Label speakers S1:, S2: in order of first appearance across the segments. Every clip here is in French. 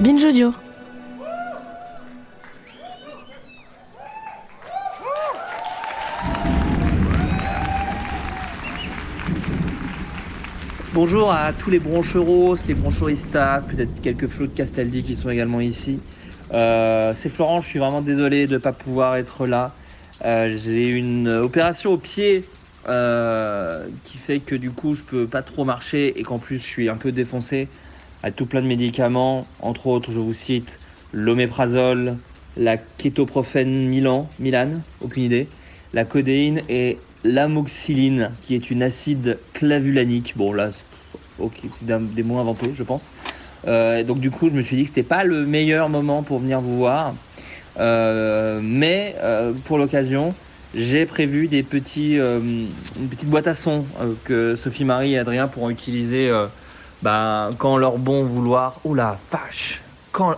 S1: Binge Audio.
S2: Bonjour à tous les broncheros, les bronchoristas, peut-être quelques flots de Castaldi qui sont également ici. Euh, c'est Florent, je suis vraiment désolé de ne pas pouvoir être là. Euh, j'ai une opération au pied euh, qui fait que du coup je peux pas trop marcher et qu'en plus je suis un peu défoncé à tout plein de médicaments. Entre autres, je vous cite l'oméprazole, la kétoprophène Milan, Milan, aucune idée, la codéine et l'amoxyline qui est une acide clavulanique. Bon là, c'est ok, c'est d'un- des mots inventés je pense. Euh, et donc du coup, je me suis dit que c'était pas le meilleur moment pour venir vous voir. Euh, mais euh, pour l'occasion, j'ai prévu des petits, euh, une petite boîte à son euh, que Sophie Marie et Adrien pourront utiliser euh, ben, quand leur bon vouloir. Oula, vache quand...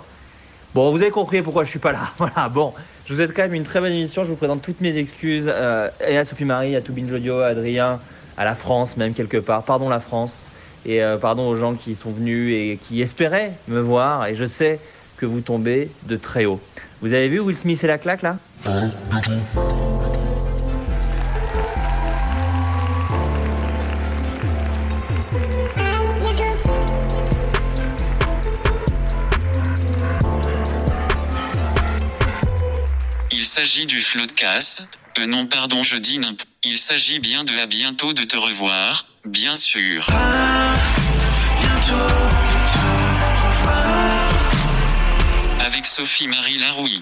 S2: Bon, vous avez compris pourquoi je suis pas là. Voilà, bon. Je vous êtes quand même une très bonne émission. Je vous présente toutes mes excuses euh, et à Sophie Marie, à Toubin Jodio, à Adrien, à la France même quelque part. Pardon la France et euh, pardon aux gens qui sont venus et qui espéraient me voir. Et je sais que vous tombez de très haut. Vous avez vu Will Smith et la claque là
S3: Il s'agit du Floodcast. Euh, non, pardon, je dis nimp. Il s'agit bien de à bientôt de te revoir, bien sûr. Avec Sophie Marie Larouille.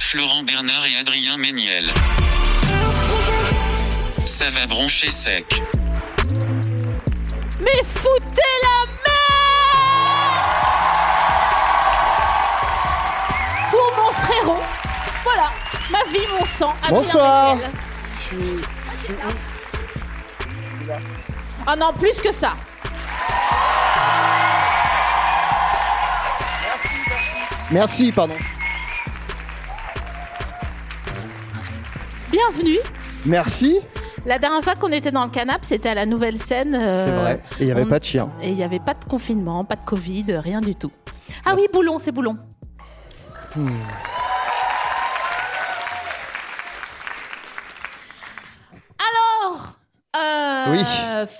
S3: Florent Bernard et Adrien Méniel. Ça va broncher sec.
S4: Mais foutez la merde Pour mon frérot, voilà, ma vie, mon sang. Adrien
S5: Bonsoir.
S4: Méniel. Ah non, plus que ça.
S5: Merci, pardon.
S4: Bienvenue.
S5: Merci,
S4: La dernière fois qu'on était dans le canapé, c'était à la nouvelle scène. euh,
S5: c'est vrai. Et il n'y avait
S4: on-
S5: pas de chien.
S4: Et il n'y avait pas de confinement, pas de Covid, rien du tout. Ah oui, Boulon, c'est Boulon.
S5: Hmm.
S4: Alors, euh,
S5: Oui.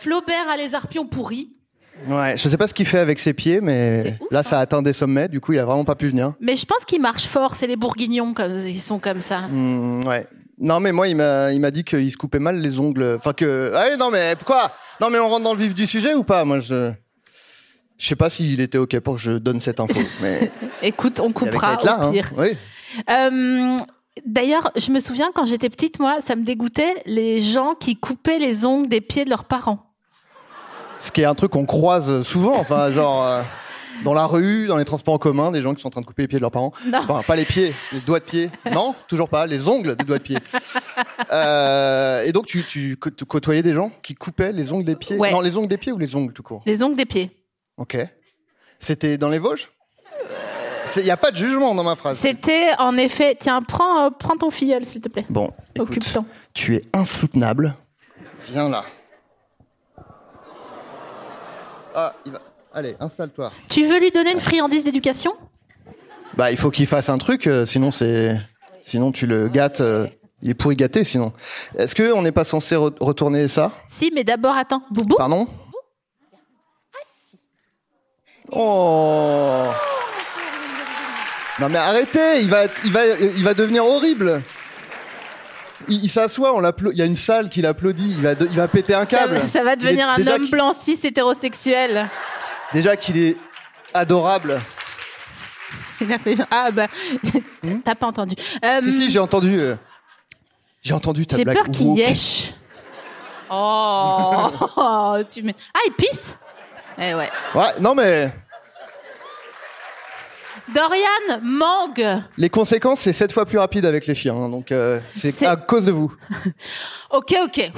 S4: Flaubert a les arpions pourris,
S5: Ouais, je sais pas ce qu'il fait avec ses pieds, mais
S4: C'est ouf, hein.
S5: là, ça a atteint des sommets. Du coup, il a vraiment pas pu venir.
S4: mais je pense qu'il marche fort, c'est les bourguignons, comme, ils sont comme ça.
S5: Hmm, ouais. Non, mais moi, il m'a, il m'a dit qu'il se coupait mal les ongles. Enfin que. Ah oui, non, mais pourquoi Non, mais on rentre dans le vif du sujet ou pas Moi, je. Je sais pas s'il était ok pour que je donne cette info, mais
S4: Écoute, on
S5: il avait qu'à
S4: coupera
S5: être là.
S4: au
S5: hein.
S4: pire.
S5: Oui.
S4: Euh, D'ailleurs, je me souviens quand j'étais petite, moi, ça me dégoûtait les gens qui coupaient les ongles des pieds de leurs parents.
S5: Ce qui est un truc qu'on croise souvent, enfin, genre euh, dans la rue, dans les transports en commun, des gens qui sont en train de couper les pieds de leurs parents.
S4: Non.
S5: Enfin, pas les pieds, les doigts de pied. Non, toujours pas, les ongles des doigts de pied. Euh, et donc, tu, tu cô- tu côtoyais des gens qui coupaient les ongles des pieds
S4: Ouais.
S5: Non, les ongles des pieds ou les ongles tout court
S4: Les ongles des pieds.
S5: Ok. C'était dans les Vosges Il n'y a pas de jugement dans ma phrase.
S4: C'était en effet. Tiens, prends, euh, prends ton filleul, s'il te plaît.
S5: Bon, écoute,
S4: Occupe-t'en.
S5: tu es insoutenable. Viens là. Ah, il va. Allez, installe-toi.
S4: Tu veux lui donner une friandise d'éducation
S5: Bah, il faut qu'il fasse un truc, euh, sinon c'est, sinon tu le gâtes. euh, Il est pourri gâté, sinon. Est-ce que on n'est pas censé re- retourner ça
S4: Si, mais d'abord, attends. Boubou
S5: Pardon Oh Non mais arrêtez, il va, être- il va, il va devenir horrible. Il, il s'assoit, on l'applaudit. Il y a une salle qui l'applaudit. Il va, de- il va péter un
S4: ça,
S5: câble.
S4: ça va
S5: Il est-
S4: devenir un
S5: déjà
S4: homme
S5: qu'il-
S4: blanc cis hétérosexuel.
S5: Déjà qu'il est adorable.
S4: Il a fait genre, ah bah, t'as pas entendu. Euh,
S5: Hmm? Si, si, j'ai entendu. euh, J'ai entendu ta
S4: J'ai
S5: blague.
S4: peur qu'il
S5: woke.
S4: yèche. Oh, oh, tu mets. Ah, il pisse Eh ouais.
S5: Ouais, non, mais
S4: Dorian Mangue.
S5: les conséquences, c'est 7 fois plus rapide avec les chiens. hein, donc, euh, c'est
S4: C'est-
S5: à cause de vous.
S4: Ok, ok.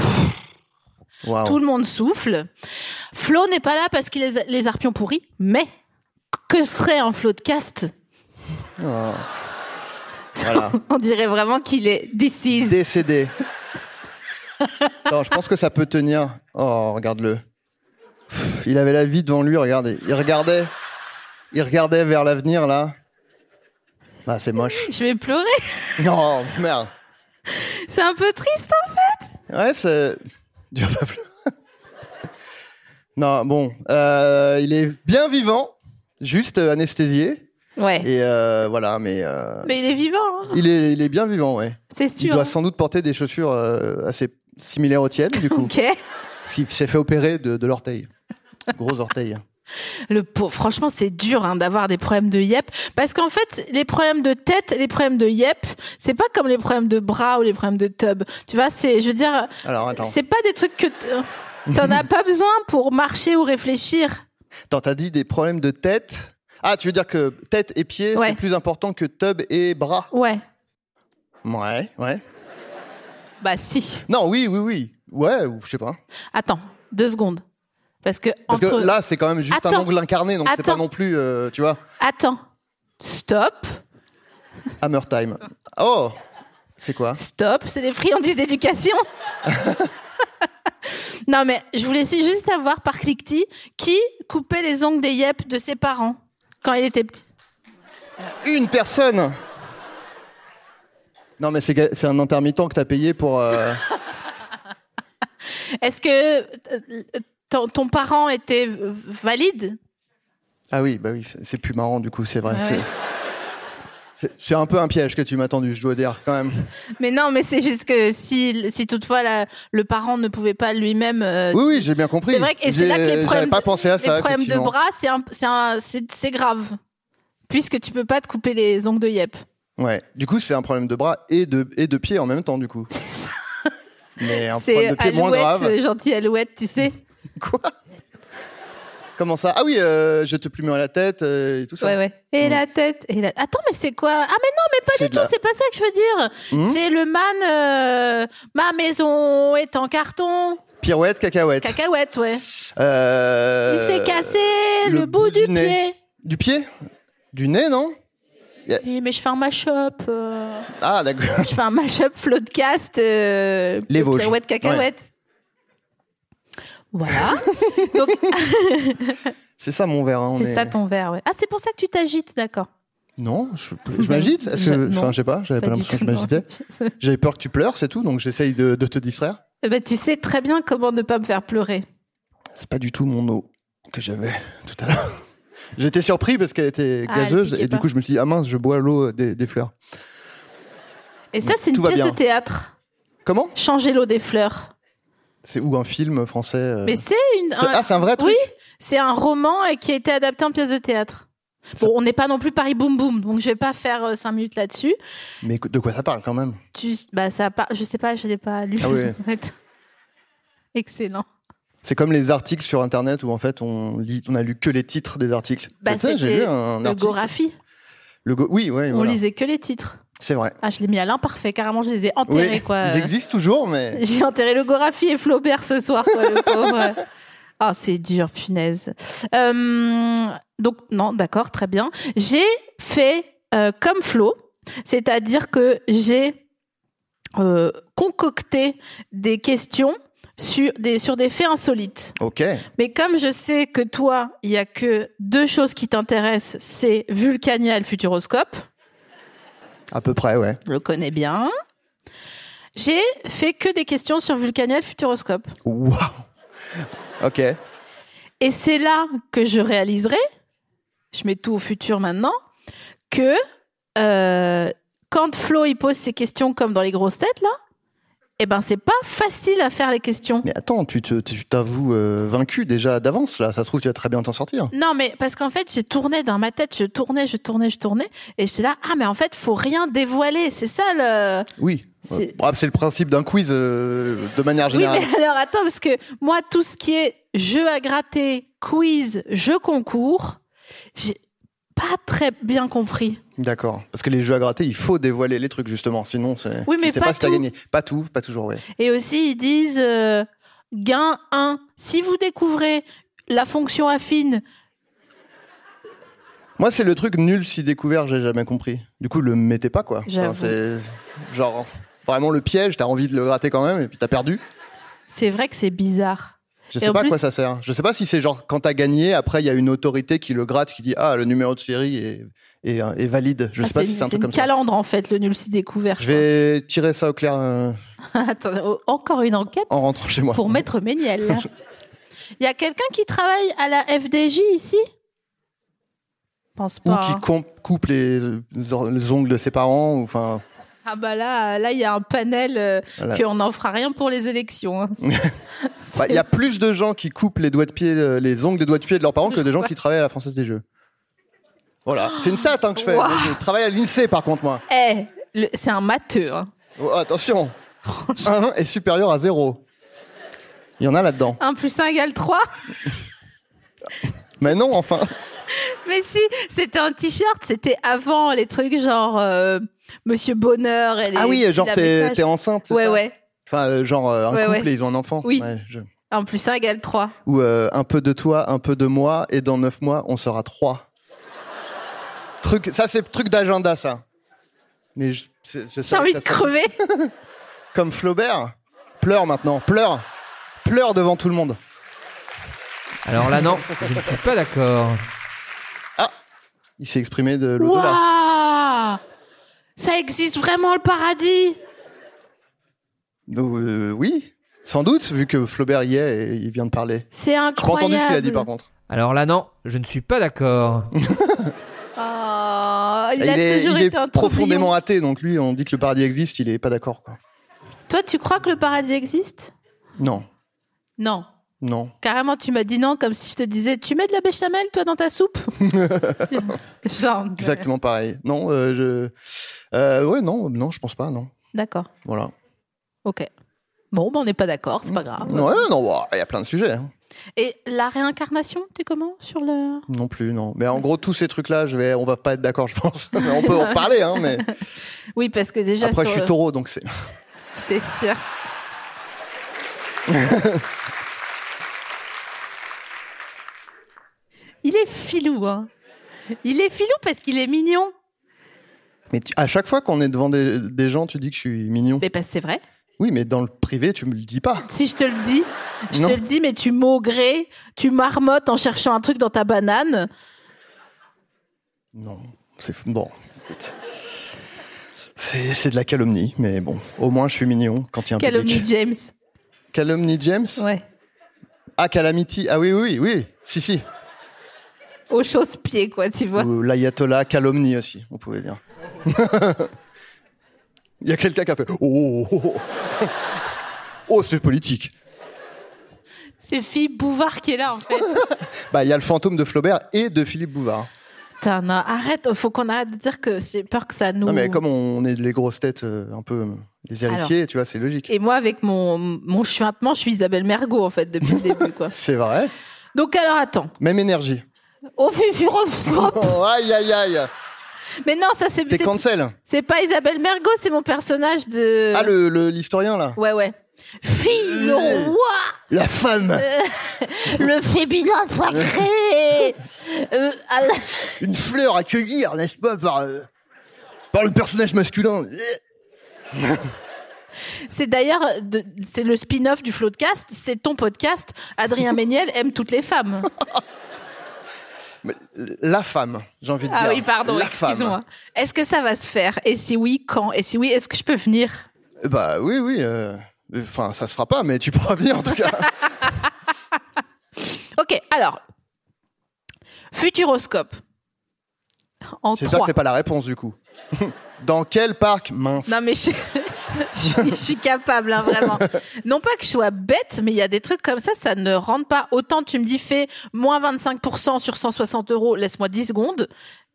S5: Waouh.
S4: Tout le monde souffle. Flo n'est pas là parce qu'il les, les arpions pourris, mais que serait un Flo de cast
S5: Oh. Voilà.
S4: On dirait vraiment qu'il est this is.
S5: Décédé. Non, je pense que ça peut tenir. Oh, regarde-le. Pff, Il avait la vie devant lui, regardez. Il regardait. Il regardait vers l'avenir, là. Ah, c'est moche.
S4: Je vais pleurer.
S5: Non, merde.
S4: C'est un peu triste. hein.
S5: Ouais, c'est. Dieu va pleurer. Non, bon. euh, il est bien vivant, juste anesthésié.
S4: ouais.
S5: Et euh, voilà, mais. euh,
S4: hein. Mais il est vivant, hein.
S5: Il, est, il est bien vivant, ouais.
S4: c'est
S5: Il
S4: sûr.
S5: doit sans doute porter des chaussures euh, assez similaires aux tiennes, du coup.
S4: Ok.
S5: Parce qu'il s'est fait opérer de, de l'orteil. Gros orteil.
S4: Le pauvre. Franchement, c'est dur hein, d'avoir des problèmes de yep. Parce qu'en fait, les problèmes de tête, les problèmes de yep, c'est pas comme les problèmes de bras ou les problèmes de tub. Tu vois, c'est, je veux dire,
S5: Alors attends.
S4: c'est pas des trucs que t- euh, t'en as pas besoin pour marcher ou réfléchir.
S5: Attends, t'as dit des problèmes de tête. Ah, tu veux dire que tête et pied,
S4: Ouais.
S5: c'est plus important que tub et bras
S4: Ouais.
S5: Ouais, ouais.
S4: Bah si.
S5: Non, oui, oui, oui. Ouais, ou je sais pas.
S4: Attends, deux secondes. Parce que
S5: Parce
S4: entre.
S5: que là, c'est quand même juste un
S4: Attends.
S5: ongle incarné, donc c'est pas
S4: Attends.
S5: non plus, euh, tu vois,
S4: Attends. Stop.
S5: Hammer Time. Oh C'est quoi
S4: Stop. C'est des friandises d'éducation. non mais je voulais juste savoir par cliquetis qui coupait les ongles des yep de ses parents quand il était petit.
S5: Une personne Non, mais c'est ga- c'est un intermittent que t'as payé pour. euh,
S4: Est-ce que euh, ton, ton parent était euh, valide
S5: Ah oui, bah oui, c'est plus marrant du coup, c'est vrai.
S4: Ouais,
S5: c'est-
S4: Ah ouais.
S5: c'est- C'est un peu un piège que tu m'as tendu, je dois dire quand même.
S4: Mais non, mais c'est juste que si, si toutefois la- le parent ne pouvait pas lui-même. euh,
S5: Oui, oui, j'ai bien compris.
S4: C'est vrai que et c'est là que
S5: J'ai-
S4: les
S5: J'avais
S4: problèmes,
S5: pas pensé à
S4: les
S5: ça.
S4: problèmes de
S5: effectivement.
S4: bras, c'est un- c'est un- c'est- c'est grave. Puisque tu peux pas te couper les ongles de yep.
S5: Ouais. Du coup, c'est un problème de bras et de et de pied en même temps, du coup. Mais un
S4: C'est
S5: problème de pied moins
S4: alouette,
S5: grave.
S4: euh, gentille alouette, tu sais.
S5: Quoi Comment ça Ah oui, euh, je te plume à la tête euh, et tout ça.
S4: Ouais, ouais. Et la tête. Et la- Attends, mais c'est quoi Ah, mais non, mais pas
S5: C'est
S4: du
S5: de
S4: tout,
S5: la-
S4: c'est pas ça que je veux dire.
S5: Mhm.
S4: C'est le man, euh, ma maison est en carton.
S5: Pirouette, cacahuète.
S4: Cacahuète, ouais.
S5: Euh,
S4: Il s'est cassé
S5: le
S4: le, bout,
S5: bout
S4: du,
S5: du nez.
S4: pied.
S5: Du pied Du nez, non
S4: Oui, mais je fais un mash-up. euh,
S5: Ah d'accord.
S4: je fais un mash-up Floodcast. Euh,
S5: Les Vosges.
S4: Pirouette, cacahuète. Voilà. Donc,
S5: C'est ça mon verre. hein, on
S4: c'est
S5: est-
S4: ça ton verre. ouais. Ah, c'est pour ça que tu t'agites, d'accord.
S5: Non, je, je m'agite. Est-ce
S4: Je-
S5: que-
S4: non.
S5: Enfin, je sais pas. J'avais pas,
S4: Pas du
S5: l'impression que
S4: tout,
S5: je
S4: non.
S5: m'agitais. J'avais peur que tu pleures, c'est tout. Donc j'essaye de, de te distraire.
S4: Eh ben, tu sais très bien comment ne pas me faire pleurer.
S5: C'est pas du tout mon eau que j'avais tout à l'heure. J'étais surpris parce qu'elle était
S4: Ah, elle
S5: gazeuse
S4: piquait
S5: et du
S4: pas.
S5: coup je me suis dit ah mince je bois l'eau des, des fleurs.
S4: Et ça, c'est une
S5: Tout va
S4: pièce de
S5: bien.
S4: théâtre.
S5: Comment
S4: Changer l'eau des fleurs.
S5: C'est ou un film français. euh,
S4: Mais
S5: c'est-
S4: c'est une. un-
S5: Ah c'est un vrai truc.
S4: Oui, c'est un roman et qui a été adapté en pièce de théâtre.
S5: Ça-
S4: Bon, on n'est pas non plus Paris Boom Boom, donc je vais pas faire 5 minutes là-dessus.
S5: Mais de quoi ça parle quand même
S4: Tu, bah ça a pas, je sais pas, je l'ai pas lu.
S5: Ah oui.
S4: en fait. Excellent.
S5: C'est comme les articles sur internet où en fait on lit on a lu que les titres des articles.
S4: Bah,
S5: Tu sais, j'ai
S4: c'était
S5: lu un
S4: Le
S5: article.
S4: Gorafi,
S5: Le go- Oui oui
S4: on
S5: voilà.
S4: lisait que les titres.
S5: C'est vrai.
S4: Ah, je l'ai mis à l'imparfait, carrément, je les ai
S5: Oui.
S4: enterrés quoi.
S5: Ils existent toujours mais
S4: J'ai enterré le Gorafi et Flaubert ce soir quoi, le pauvre. Ah, c'est dur, punaise. Euh, donc non, d'accord, très bien. J'ai fait euh, comme Flo, c'est-à-dire que j'ai euh, concocté des questions sur des, sur des faits insolites.
S5: ok.
S4: Mais comme je sais que toi, il y a que deux choses qui t'intéressent, c'est Vulcania et le futuroscope,
S5: À peu près ouais.
S4: je le connais bien. J'ai fait que des questions sur Vulcania et le futuroscope.
S5: Waouh. Ok.
S4: Et c'est là que je réaliserai, je mets tout au futur maintenant, que euh, quand Flo il pose ses questions comme dans les grosses têtes là, eh ben c'est pas facile à faire les questions.
S5: Mais attends, tu te- tu t'avoues euh, vaincu déjà d'avance là. Ça se trouve, tu vas très bien t'en sortir.
S4: Non, mais parce qu'en fait, j'ai tourné dans ma tête, je tournais, je tournais, je tournais, et j'étais là, ah, mais en fait, faut rien dévoiler, c'est ça le.
S5: Oui.
S4: C'est-
S5: Euh, bah, C'est le principe d'un quiz euh, de manière
S4: Oui,
S5: générale.
S4: mais alors attends, parce que moi, tout ce qui est jeu à gratter, quiz, jeu concours, j'ai pas très bien compris.
S5: D'accord. Parce que les jeux à gratter, il faut dévoiler les trucs justement. Sinon, c'est.
S4: Oui,
S5: tu
S4: mais
S5: ne sais
S4: pas
S5: pas si t'as
S4: tout.
S5: gagné. Pas tout, pas toujours. Ouais.
S4: Et aussi, ils disent euh, gain 1. Si vous découvrez la fonction affine,
S5: Moi, c'est le truc nul si découvert, j'ai jamais compris. Du coup, le mettez pas, quoi.
S4: J'avoue.
S5: c'est genre vraiment le piège, t'as envie de le gratter quand même, et puis t'as perdu.
S4: c'est vrai que c'est bizarre.
S5: Je
S4: Et
S5: sais
S4: en
S5: pas à
S4: plus-
S5: quoi ça sert. Je sais pas si c'est genre quand t'as gagné, après, il y a une autorité qui le gratte, qui dit Ah, le numéro de série est, est, euh, est valide. Je
S4: Ah,
S5: sais pas
S4: c'est
S5: si c'est un
S4: c'est
S5: truc
S4: une
S5: comme ça.
S4: calandre, en fait, le nul si découvert.
S5: Je vais tirer ça au clair euh,
S4: Attends, oh, encore une enquête
S5: en rentrant chez moi.
S4: pour Maître Méniel. Il y a quelqu'un qui travaille à la FDJ ici Pense
S5: Ou
S4: pas.
S5: qui
S4: hein.
S5: com- coupe les, euh, les ongles de ses parents, ou enfin.
S4: Ah bah là, là il y a un panel euh,
S5: Voilà.
S4: puis on n'en fera rien pour les élections. hein.
S5: Bah, Il y a plus de gens qui coupent les doigts de pied, euh, les ongles des doigts de pied de leurs parents que de gens qui travaillent à la Française des Jeux. Voilà, c'est une stat hein, que je fais.
S4: Wow.
S5: Je travaille à l'INSEE par contre moi.
S4: Eh, le- c'est un matheux. hein.
S5: Oh, attention, 1 est supérieur à 0. Il y en a là-dedans.
S4: 1 plus 1 égale 3
S5: Mais non, enfin.
S4: Mais si, c'était un t-shirt, c'était avant les trucs genre euh, Monsieur Bonheur et les
S5: Ah oui, genre
S4: la
S5: t'es
S4: message.
S5: t'es enceinte. c'est
S4: Ouais,
S5: ça
S4: ouais.
S5: Enfin, euh, genre euh, un
S4: Ouais,
S5: couple
S4: ouais.
S5: et ils ont un enfant.
S4: Oui.
S5: Ouais, je-
S4: 1 plus 1 égale 3.
S5: Ou euh, un peu de toi, un peu de moi, et dans 9 mois, on sera 3. truc, ça c'est truc d'agenda ça. Mais je, c'est- je
S4: J'ai
S5: savais
S4: envie
S5: que
S4: de
S5: ça serait-
S4: crever.
S5: comme Flaubert, pleure maintenant, pleure, pleure devant tout le monde.
S1: Alors là, non, je ne suis pas d'accord.
S5: Il s'est exprimé de l'au-delà.
S4: Waouh Ça existe vraiment le paradis
S5: Donc, euh, oui, sans doute, vu que Flaubert y est et il vient de parler.
S4: C'est
S5: J'ai pas
S4: incroyable.
S5: entendu ce qu'il a dit par contre.
S1: Alors là, non, je ne suis pas d'accord.
S4: Oh, il, a
S5: est,
S4: toujours
S5: il est
S4: été un
S5: profondément athée, donc lui, on dit que le paradis existe, il est pas d'accord. quoi.
S4: tourbillon. Toi, tu crois que le paradis existe
S5: Non,
S4: Non.
S5: non.
S4: Carrément, tu m'as dit non comme si je te disais tu mets de la béchamel toi dans ta soupe Genre.
S5: Exactement pareil. Non, euh, je. euh, ouais, non, non, je pense pas, non.
S4: D'accord.
S5: Voilà.
S4: Ok. Bon, ben on n'est pas d'accord, c'est pas grave.
S5: Non, ouais, non, bah, il y a plein de sujets. hein.
S4: Et la réincarnation, t'es comment sur le
S5: Non plus, non. Mais en gros, tous ces trucs-là, je vais, on va pas être d'accord, je pense. on peut en parler, hein, mais
S4: Oui, parce que déjà,
S5: après, je
S4: sur-
S5: suis taureau, donc c'est.
S4: j'étais sûre. Il est filou, hein. Il est filou parce qu'il est mignon.
S5: Mais tu- à chaque fois qu'on est devant des, des gens, tu dis que je suis mignon.
S4: Mais parce que c'est vrai.
S5: Oui, mais dans le privé, tu me le dis pas.
S4: Si je te le dis, je
S5: Non.
S4: te le dis, mais tu maugrées, tu marmottes en cherchant un truc dans ta banane.
S5: Non, c'est fou. Bon, écoute. C'est c'est de la calomnie, mais bon, au moins je suis mignon quand il y a un
S4: Calomnie
S5: public.
S4: James.
S5: Calomnie James
S4: Ouais.
S5: Ah, Calamity. Ah oui, oui, oui, oui. Si, si.
S4: Au chausse-pied, quoi, tu vois.
S5: Ou l'ayatollah calomnie aussi, on pouvait dire. Il y a quelqu'un qui a fait Oh, oh, oh, oh. Oh, c'est politique.
S4: C'est fille Bouvard qui est là, en fait.
S5: Bah, il y a le fantôme de Flaubert et de Philippe Bouvard.
S4: Putain, non, arrête, faut qu'on arrête de dire que j'ai peur que ça nous.
S5: Non, mais comme on est les grosses têtes, euh, un peu euh, les héritiers, tu vois, c'est logique.
S4: Et moi, avec mon, mon chuintement, je suis Isabelle Mergot, en fait, depuis le début, quoi.
S5: C'est vrai.
S4: Donc, alors, attends.
S5: Même énergie.
S4: Oh, fu- fu- re- fu- re-
S5: Oh, aïe, aïe, aïe.
S4: Mais non, ça, c'est, Euh.
S5: T'es
S4: c'est-
S5: cancel.
S4: c'est pas Isabelle Mergot, c'est mon personnage de.
S5: Ah, le- le- l'historien, là.
S4: Ouais, ouais. Fille au roi, Euh.
S5: La femme.
S4: le féminin sacré Euh, à la-
S5: Une fleur à cueillir, n'est-ce pas, par, euh, par le personnage masculin.
S4: C'est d'ailleurs de- c'est le spin-off du Floodcast, c'est ton podcast. Adrien Méniel aime toutes les femmes.
S5: Mais, euh, La femme, j'ai envie de dire.
S4: Ah oui, pardon,
S5: La
S4: excuse-moi.
S5: femme.
S4: Est-ce que ça va se faire Et si oui, quand Et si oui, est-ce que je peux venir
S5: Euh, Bah oui, oui. euh, Enfin, ça se fera pas, mais tu pourras venir en tout cas.
S4: Ok, alors. Futuroscope. En
S5: J'espère que
S4: trois.
S5: c'est pas la réponse du coup. Dans quel parc Mince.
S4: Non mais je... je, suis, je suis capable, hein, vraiment. Non pas que je sois bête, mais il y a des trucs comme ça, ça ne rentre pas. Autant tu me dis fais moins 25% sur 160 euros, laisse-moi 10 secondes.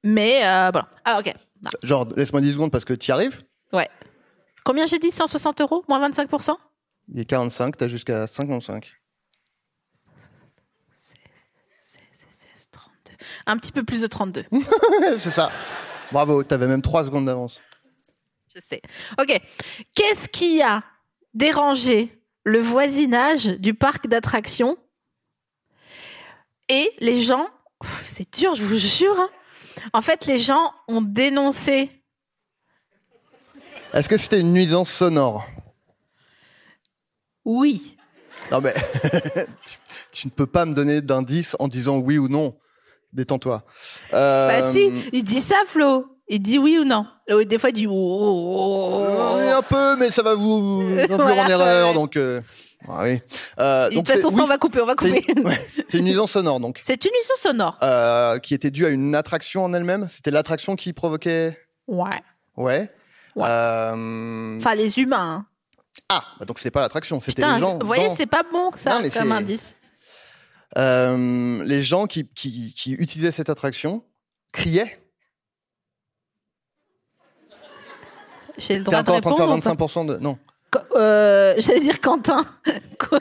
S4: Mais euh, voilà. Ah, ok. Ah,
S5: Genre, laisse-moi 10 secondes parce que tu y arrives.
S4: ouais. Combien j'ai dit 160 euros Moins 25%
S5: Il est 45, t'as jusqu'à 55.
S4: 16, 32. Un petit peu plus de 32.
S5: C'est ça. Bravo, t'avais même 3 secondes d'avance.
S4: Je sais. Ok. Qu'est-ce qui a dérangé le voisinage du parc d'attractions et les gens Ouf, C'est dur, je vous jure. hein. En fait, les gens ont dénoncé.
S5: Est-ce que c'était une nuisance sonore
S4: Oui.
S5: Non mais tu, tu ne peux pas me donner d'indice en disant oui ou non. Détends-toi. Euh,
S4: Bah si, il dit ça, Flo. Il dit oui ou non. Là, Des fois, il dit. oh.
S5: oui,
S4: De
S5: un peu, mais ça va vous vous induire en
S4: Voilà,
S5: erreur,
S4: ouais.
S5: donc. euh, ah oui. Euh,
S4: toute
S5: donc c'est-
S4: façon, ça,
S5: oui,
S4: on va couper, on va
S5: c'est
S4: couper.
S5: une, ouais, c'est une nuisance sonore donc,
S4: C'est une nuisance sonore.
S5: euh, qui était due à une attraction en elle-même. C'était l'attraction qui provoquait.
S4: Ouais.
S5: Ouais.
S4: Ouais.
S5: Euh,
S4: Enfin, les humains. hein.
S5: Ah, bah donc c'est pas l'attraction, c'était
S4: Putain,
S5: les gens.
S4: vous voyez,
S5: dans-
S4: c'est pas bon que ça,
S5: Non, mais
S4: comme
S5: c'est-
S4: indice.
S5: Euh, les gens qui, qui, qui utilisaient cette attraction criaient.
S4: J'ai le
S5: T'es
S4: droit de
S5: encore en train de
S4: répondre.
S5: faire
S4: ou pas
S5: 25% de. Non.
S4: Qu- euh, J'allais dire Quentin. Quoi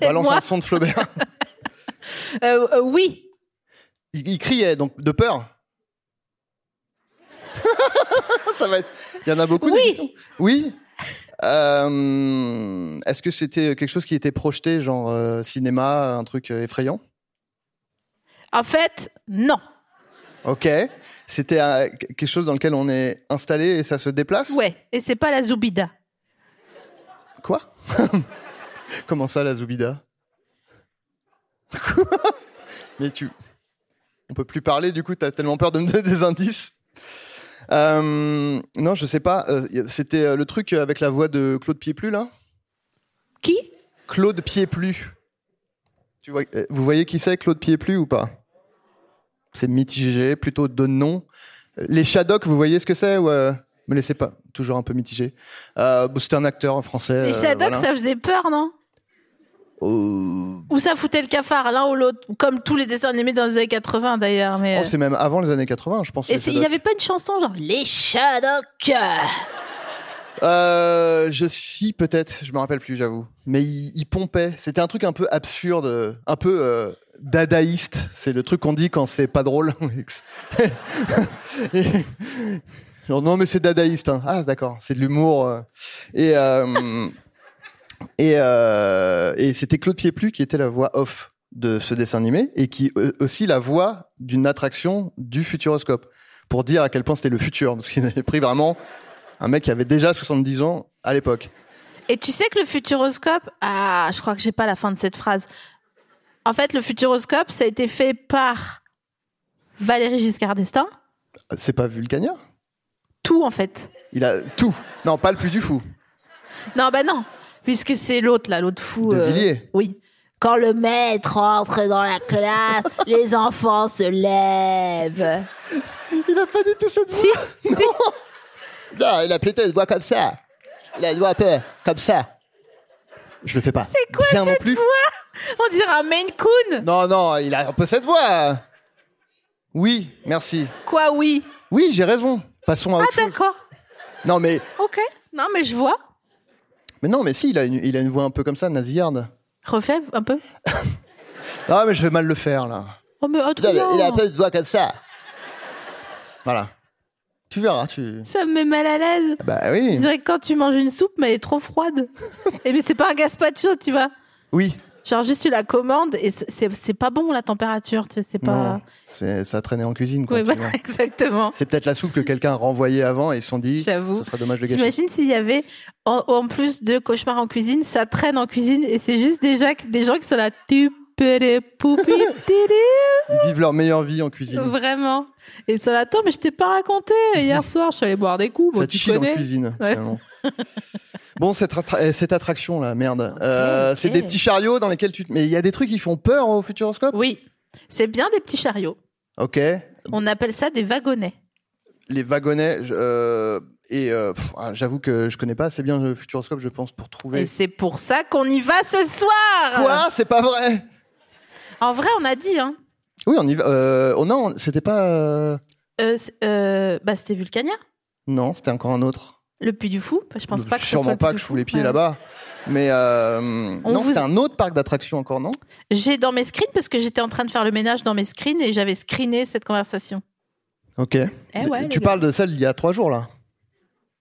S4: Et
S5: Balance
S4: moi
S5: un son de Flaubert.
S4: Euh, euh, oui.
S5: Il, il criait, donc de peur. Ça va être. Il y en a beaucoup.
S4: Oui.
S5: d'émissions. Oui. Euh, Est-ce que c'était quelque chose qui était projeté, genre euh, cinéma, un truc euh, effrayant
S4: En fait, non.
S5: Ok. C'était euh, quelque chose dans lequel on est installé et ça se déplace
S4: Ouais. Et c'est pas la Zoubida.
S5: Quoi Comment ça, la Zoubida Mais tu. On peut plus parler, du coup, t'as tellement peur de me donner des indices. Euh, non, je sais pas. euh, y- C'était euh, le truc avec la voix de Claude Pieplu, là
S4: Qui
S5: Claude Pieplu. Tu vois, euh, vous voyez qui c'est, Claude Pieplu, ou pas C'est mitigé, plutôt de nom. Euh, Les Shadocks, vous voyez ce que c'est ou, euh, Me laissez pas, toujours un peu mitigé. Euh, bon, C'était un acteur français.
S4: Les
S5: euh,
S4: Shadocks,
S5: voilà.
S4: ça faisait peur, non
S5: Euh,
S4: Ou ça foutait le cafard, l'un ou l'autre. Comme tous les dessins animés dans les années 80, d'ailleurs. Mais... euh,
S5: Oh, c'est même avant les années 80, je pense.
S4: Et
S5: les
S4: c'est- il
S5: Shadows.
S4: n'y avait pas une chanson genre Les Shadocks
S5: Euh, je si peut-être, je me rappelle plus, j'avoue. Mais il, il pompait. C'était un truc un peu absurde, euh, un peu euh, dadaïste. C'est le truc qu'on dit quand c'est pas drôle. et que c'est- Et- Genre, non, mais c'est dadaïste. hein. Ah, d'accord, c'est de l'humour. euh. Et euh, et, euh, et c'était Claude Pieplu qui était la voix off de ce dessin animé et qui euh, aussi la voix d'une attraction du Futuroscope pour dire à quel point c'était le futur parce qu'il avait pris vraiment un mec qui avait déjà 70 ans à l'époque.
S4: Et tu sais que le futuroscope, ah, je crois que j'ai pas la fin de cette phrase. En fait, le futuroscope, ça a été fait par Valérie Giscard d'Estaing.
S5: C'est pas Vulcania
S4: Tout, en fait.
S5: Il a tout. Non, pas le plus du fou.
S4: Non, bah non, puisque c'est l'autre, là, l'autre fou. euh,
S5: De Villiers.
S4: Oui. Quand le maître entre dans la classe, les enfants se lèvent.
S5: Il a pas du tout cette
S4: Si, si.
S5: Non, il a plutôt une voix comme ça. Il a une voix un peu comme ça. Je le fais pas. C'est quoi Bien non plus.
S4: On dirait un Maine Coon.
S5: Non, non, il a un peu cette voix. Oui, merci.
S4: Quoi, oui
S5: Oui, j'ai raison. Passons à
S4: Ah,
S5: autre chose.
S4: d'accord.
S5: Non, mais,
S4: Ok. Non, mais je vois.
S5: mais non, mais si, il a une, il a une voix un peu comme ça, nasillarde.
S4: Refais un peu.
S5: Ah, mais je vais mal le faire, là.
S4: Oh, mais oh, trop bien.
S5: une voix comme ça. Voilà. Tu verras, tu.
S4: Ça me met mal à l'aise.
S5: Bah
S4: Je
S5: oui.
S4: dirais que quand tu manges une soupe, mais elle est trop froide. et mais c'est pas un gazpacho, tu vois.
S5: Oui.
S4: Genre juste tu la commandes et c'est- c'est c'est pas bon la température, tu sais, c'est
S5: Non.
S4: pas.
S5: C'est- Ça traînait en cuisine, quoi.
S4: Ouais,
S5: tu
S4: voilà,
S5: vois.
S4: exactement.
S5: C'est peut-être la soupe que quelqu'un a renvoyée avant et ils se sont dit,
S4: J'avoue.
S5: ce serait dommage de gâcher.
S4: T'imagines s'il y avait en, en plus de cauchemar en cuisine, ça traîne en cuisine et c'est juste déjà que- des gens qui sont là tu poupi
S5: Ils vivent leur meilleure vie en cuisine.
S4: vraiment et ça l'attend mais je t'ai pas raconté hier soir je suis allée boire des coups bon,
S5: Ça
S4: tu
S5: chill en
S4: connais
S5: cuisine,
S4: Ouais.
S5: finalement. bon, cette, attra- euh, cette attraction là, merde. Euh,
S4: Ok,
S5: C'est
S4: ok.
S5: des petits chariots dans lesquels tu. te- Mais il y a des trucs qui font peur au Futuroscope.
S4: oui c'est bien des petits chariots
S5: Ok.
S4: on appelle ça des wagonnets
S5: Les wagonnets. je- euh, Et euh, pff, ah, j'avoue que je connais pas assez bien le Futuroscope, je pense, pour trouver.
S4: Et c'est pour ça euh qu'on y va ce soir.
S5: Quoi C'est pas vrai
S4: en vrai, on a dit. Hein.
S5: Oui, on y va. Euh, oh non, c'était pas. euh,
S4: Euh, c'est- euh, bah, c'était Vulcania,
S5: Non, c'était encore un autre.
S4: le Puy du Fou. Je pense pas que ce soit
S5: Sûrement
S4: le
S5: pas
S4: Puy
S5: que
S4: du
S5: je
S4: Fou.
S5: fous les pieds
S4: Ouais.
S5: là-bas. Mais euh,
S4: On
S5: non,
S4: vous-
S5: c'était un autre parc d'attractions encore, non
S4: J'ai dans mes screens parce que j'étais en train de faire le ménage dans mes screens et j'avais screené cette conversation.
S5: Ok.
S4: Eh ouais, les
S5: tu
S4: gars.
S5: parles de celle il y a trois jours là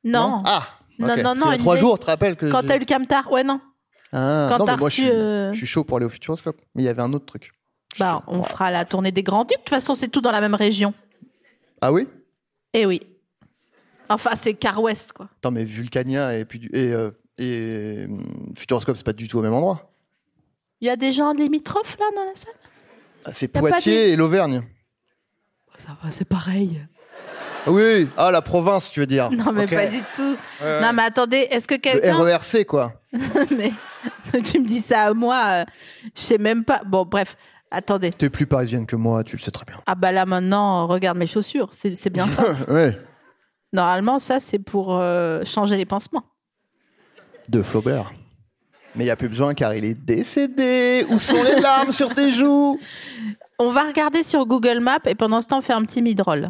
S4: Non.
S5: Ah
S4: Non,
S5: ok.
S4: non,
S5: Parce
S4: non,
S5: qu'il y a
S4: une
S5: Trois
S4: idée.
S5: jours, tu te rappelles que.
S4: Quand
S5: j'ai-
S4: t'as eu le camtar, ouais, non.
S5: Ah,
S4: Quand
S5: non,
S4: t'as
S5: mais moi, je
S4: reçu.
S5: suis,
S4: euh,
S5: je suis chaud pour aller au Futuroscope. Mais il y avait un autre truc. Je
S4: Bah,
S5: suis-
S4: on fera la tournée des Grands Ducs. De toute façon, c'est tout dans la même région.
S5: Ah oui
S4: Eh oui. Enfin, c'est Car West, quoi.
S5: Attends, mais Vulcania et, puis du- et, euh, et hum, Futuroscope, c'est pas du tout au même endroit.
S4: Il y a des gens limitrophes, là, dans la salle
S5: Ah, C'est
S4: T'as pas
S5: Poitiers et l'Auvergne.
S4: Ça va, bah, c'est pareil.
S5: Ah Oui, ah, la province, tu veux dire.
S4: Non, mais
S5: Ok.
S4: pas du tout.
S2: Euh.
S5: Ouais,
S4: Non,
S5: ouais.
S4: mais attendez, est-ce que quelqu'un.
S5: Le E. RERC, quoi.
S4: mais tu me dis ça à moi, euh, je sais même pas. Bon, bref, attendez.
S5: T'es plus parisienne que moi, tu le sais très bien.
S4: Ah bah là maintenant, regarde mes chaussures, c'est c'est bien ça.
S5: ouais.
S4: Normalement, ça c'est pour euh, changer les pansements.
S5: De Flaubert. Mais il n'y a plus besoin car il est décédé. Où sont les larmes sur tes joues
S4: On va regarder sur Google Maps et pendant ce temps, on fait un petit midroll.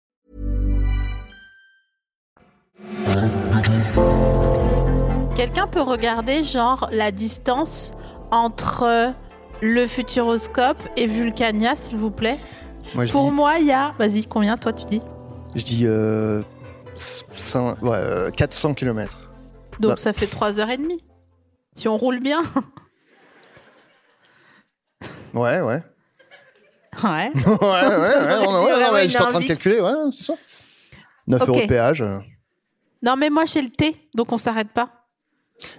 S4: Quelqu'un peut regarder genre la distance entre le futuroscope et Vulcania, s'il vous plaît.
S5: Moi, je
S4: Pour
S5: dis,
S4: moi, il y a... Vas-y, combien toi tu dis
S5: je dis euh, cin- ouais, euh, 400 km.
S4: Donc
S5: Bah.
S4: ça fait 3h30. Si on roule bien.
S5: Ouais, ouais.
S4: ouais.
S5: ouais, ouais,
S4: aurait
S5: ouais, non,
S4: dit,
S5: ouais,
S4: ouais,
S5: non,
S4: ouais,
S5: mais
S4: il
S5: j'étais
S4: a
S5: en train de
S4: envie.
S5: calculer, ouais, c'est ça. 9
S4: Ok.
S5: euros de péage. euh.
S4: Non mais moi j'ai le thé, donc on s'arrête pas.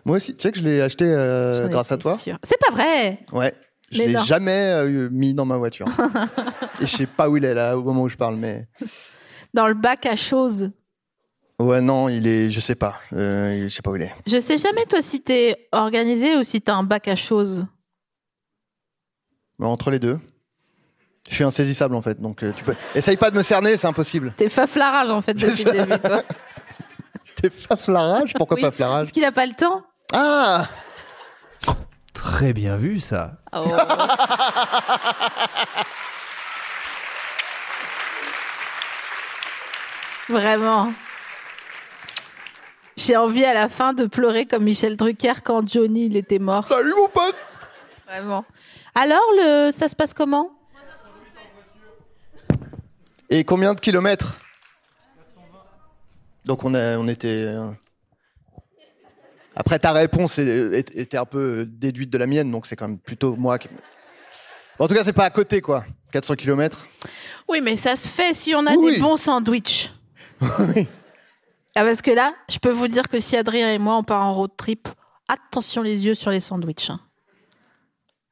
S5: Moi aussi, tu sais que je l'ai acheté euh,
S4: J'en
S5: grâce à
S4: étais
S5: toi
S4: sûre. C'est pas vrai.
S5: Ouais. Je
S4: Mais
S5: l'ai
S4: non.
S5: jamais euh, mis dans ma voiture. Et je sais pas où il est là au moment où je parle, mais
S4: Dans le bac à choses.
S5: ouais non, il est, je sais pas, Euh, je sais pas où il est.
S4: Je sais jamais toi si t'es organisé ou si t'as un bac à choses.
S5: Mais entre les deux, je suis insaisissable en fait, donc euh, tu peux. Essaye pas de me cerner, c'est impossible.
S4: T'es faflarage en fait depuis le début toi.
S5: T'es faflarage, pourquoi
S4: Oui,
S5: faflarage
S4: Parce qu'il a pas le temps.
S5: Ah,
S1: Très bien vu ça.
S4: Vraiment. J'ai envie à la fin de pleurer comme Michel Drucker quand Johnny il était mort.
S5: salut mon pote.
S4: Vraiment. Alors le ça se passe comment
S5: Et combien de kilomètres Donc on, a, on était. euh, Après, ta réponse est- euh, est- était un peu déduite de la mienne, donc c'est quand même plutôt moi qui. En tout cas, c'est pas à côté, quoi. 400 kilomètres.
S4: Oui, mais ça se fait si on a
S5: Oui.
S4: des bons sandwichs.
S5: Oui.
S4: Ah, parce que là, je peux vous dire que si Adrien et moi, on part en road trip, attention les yeux sur les sandwichs. hein.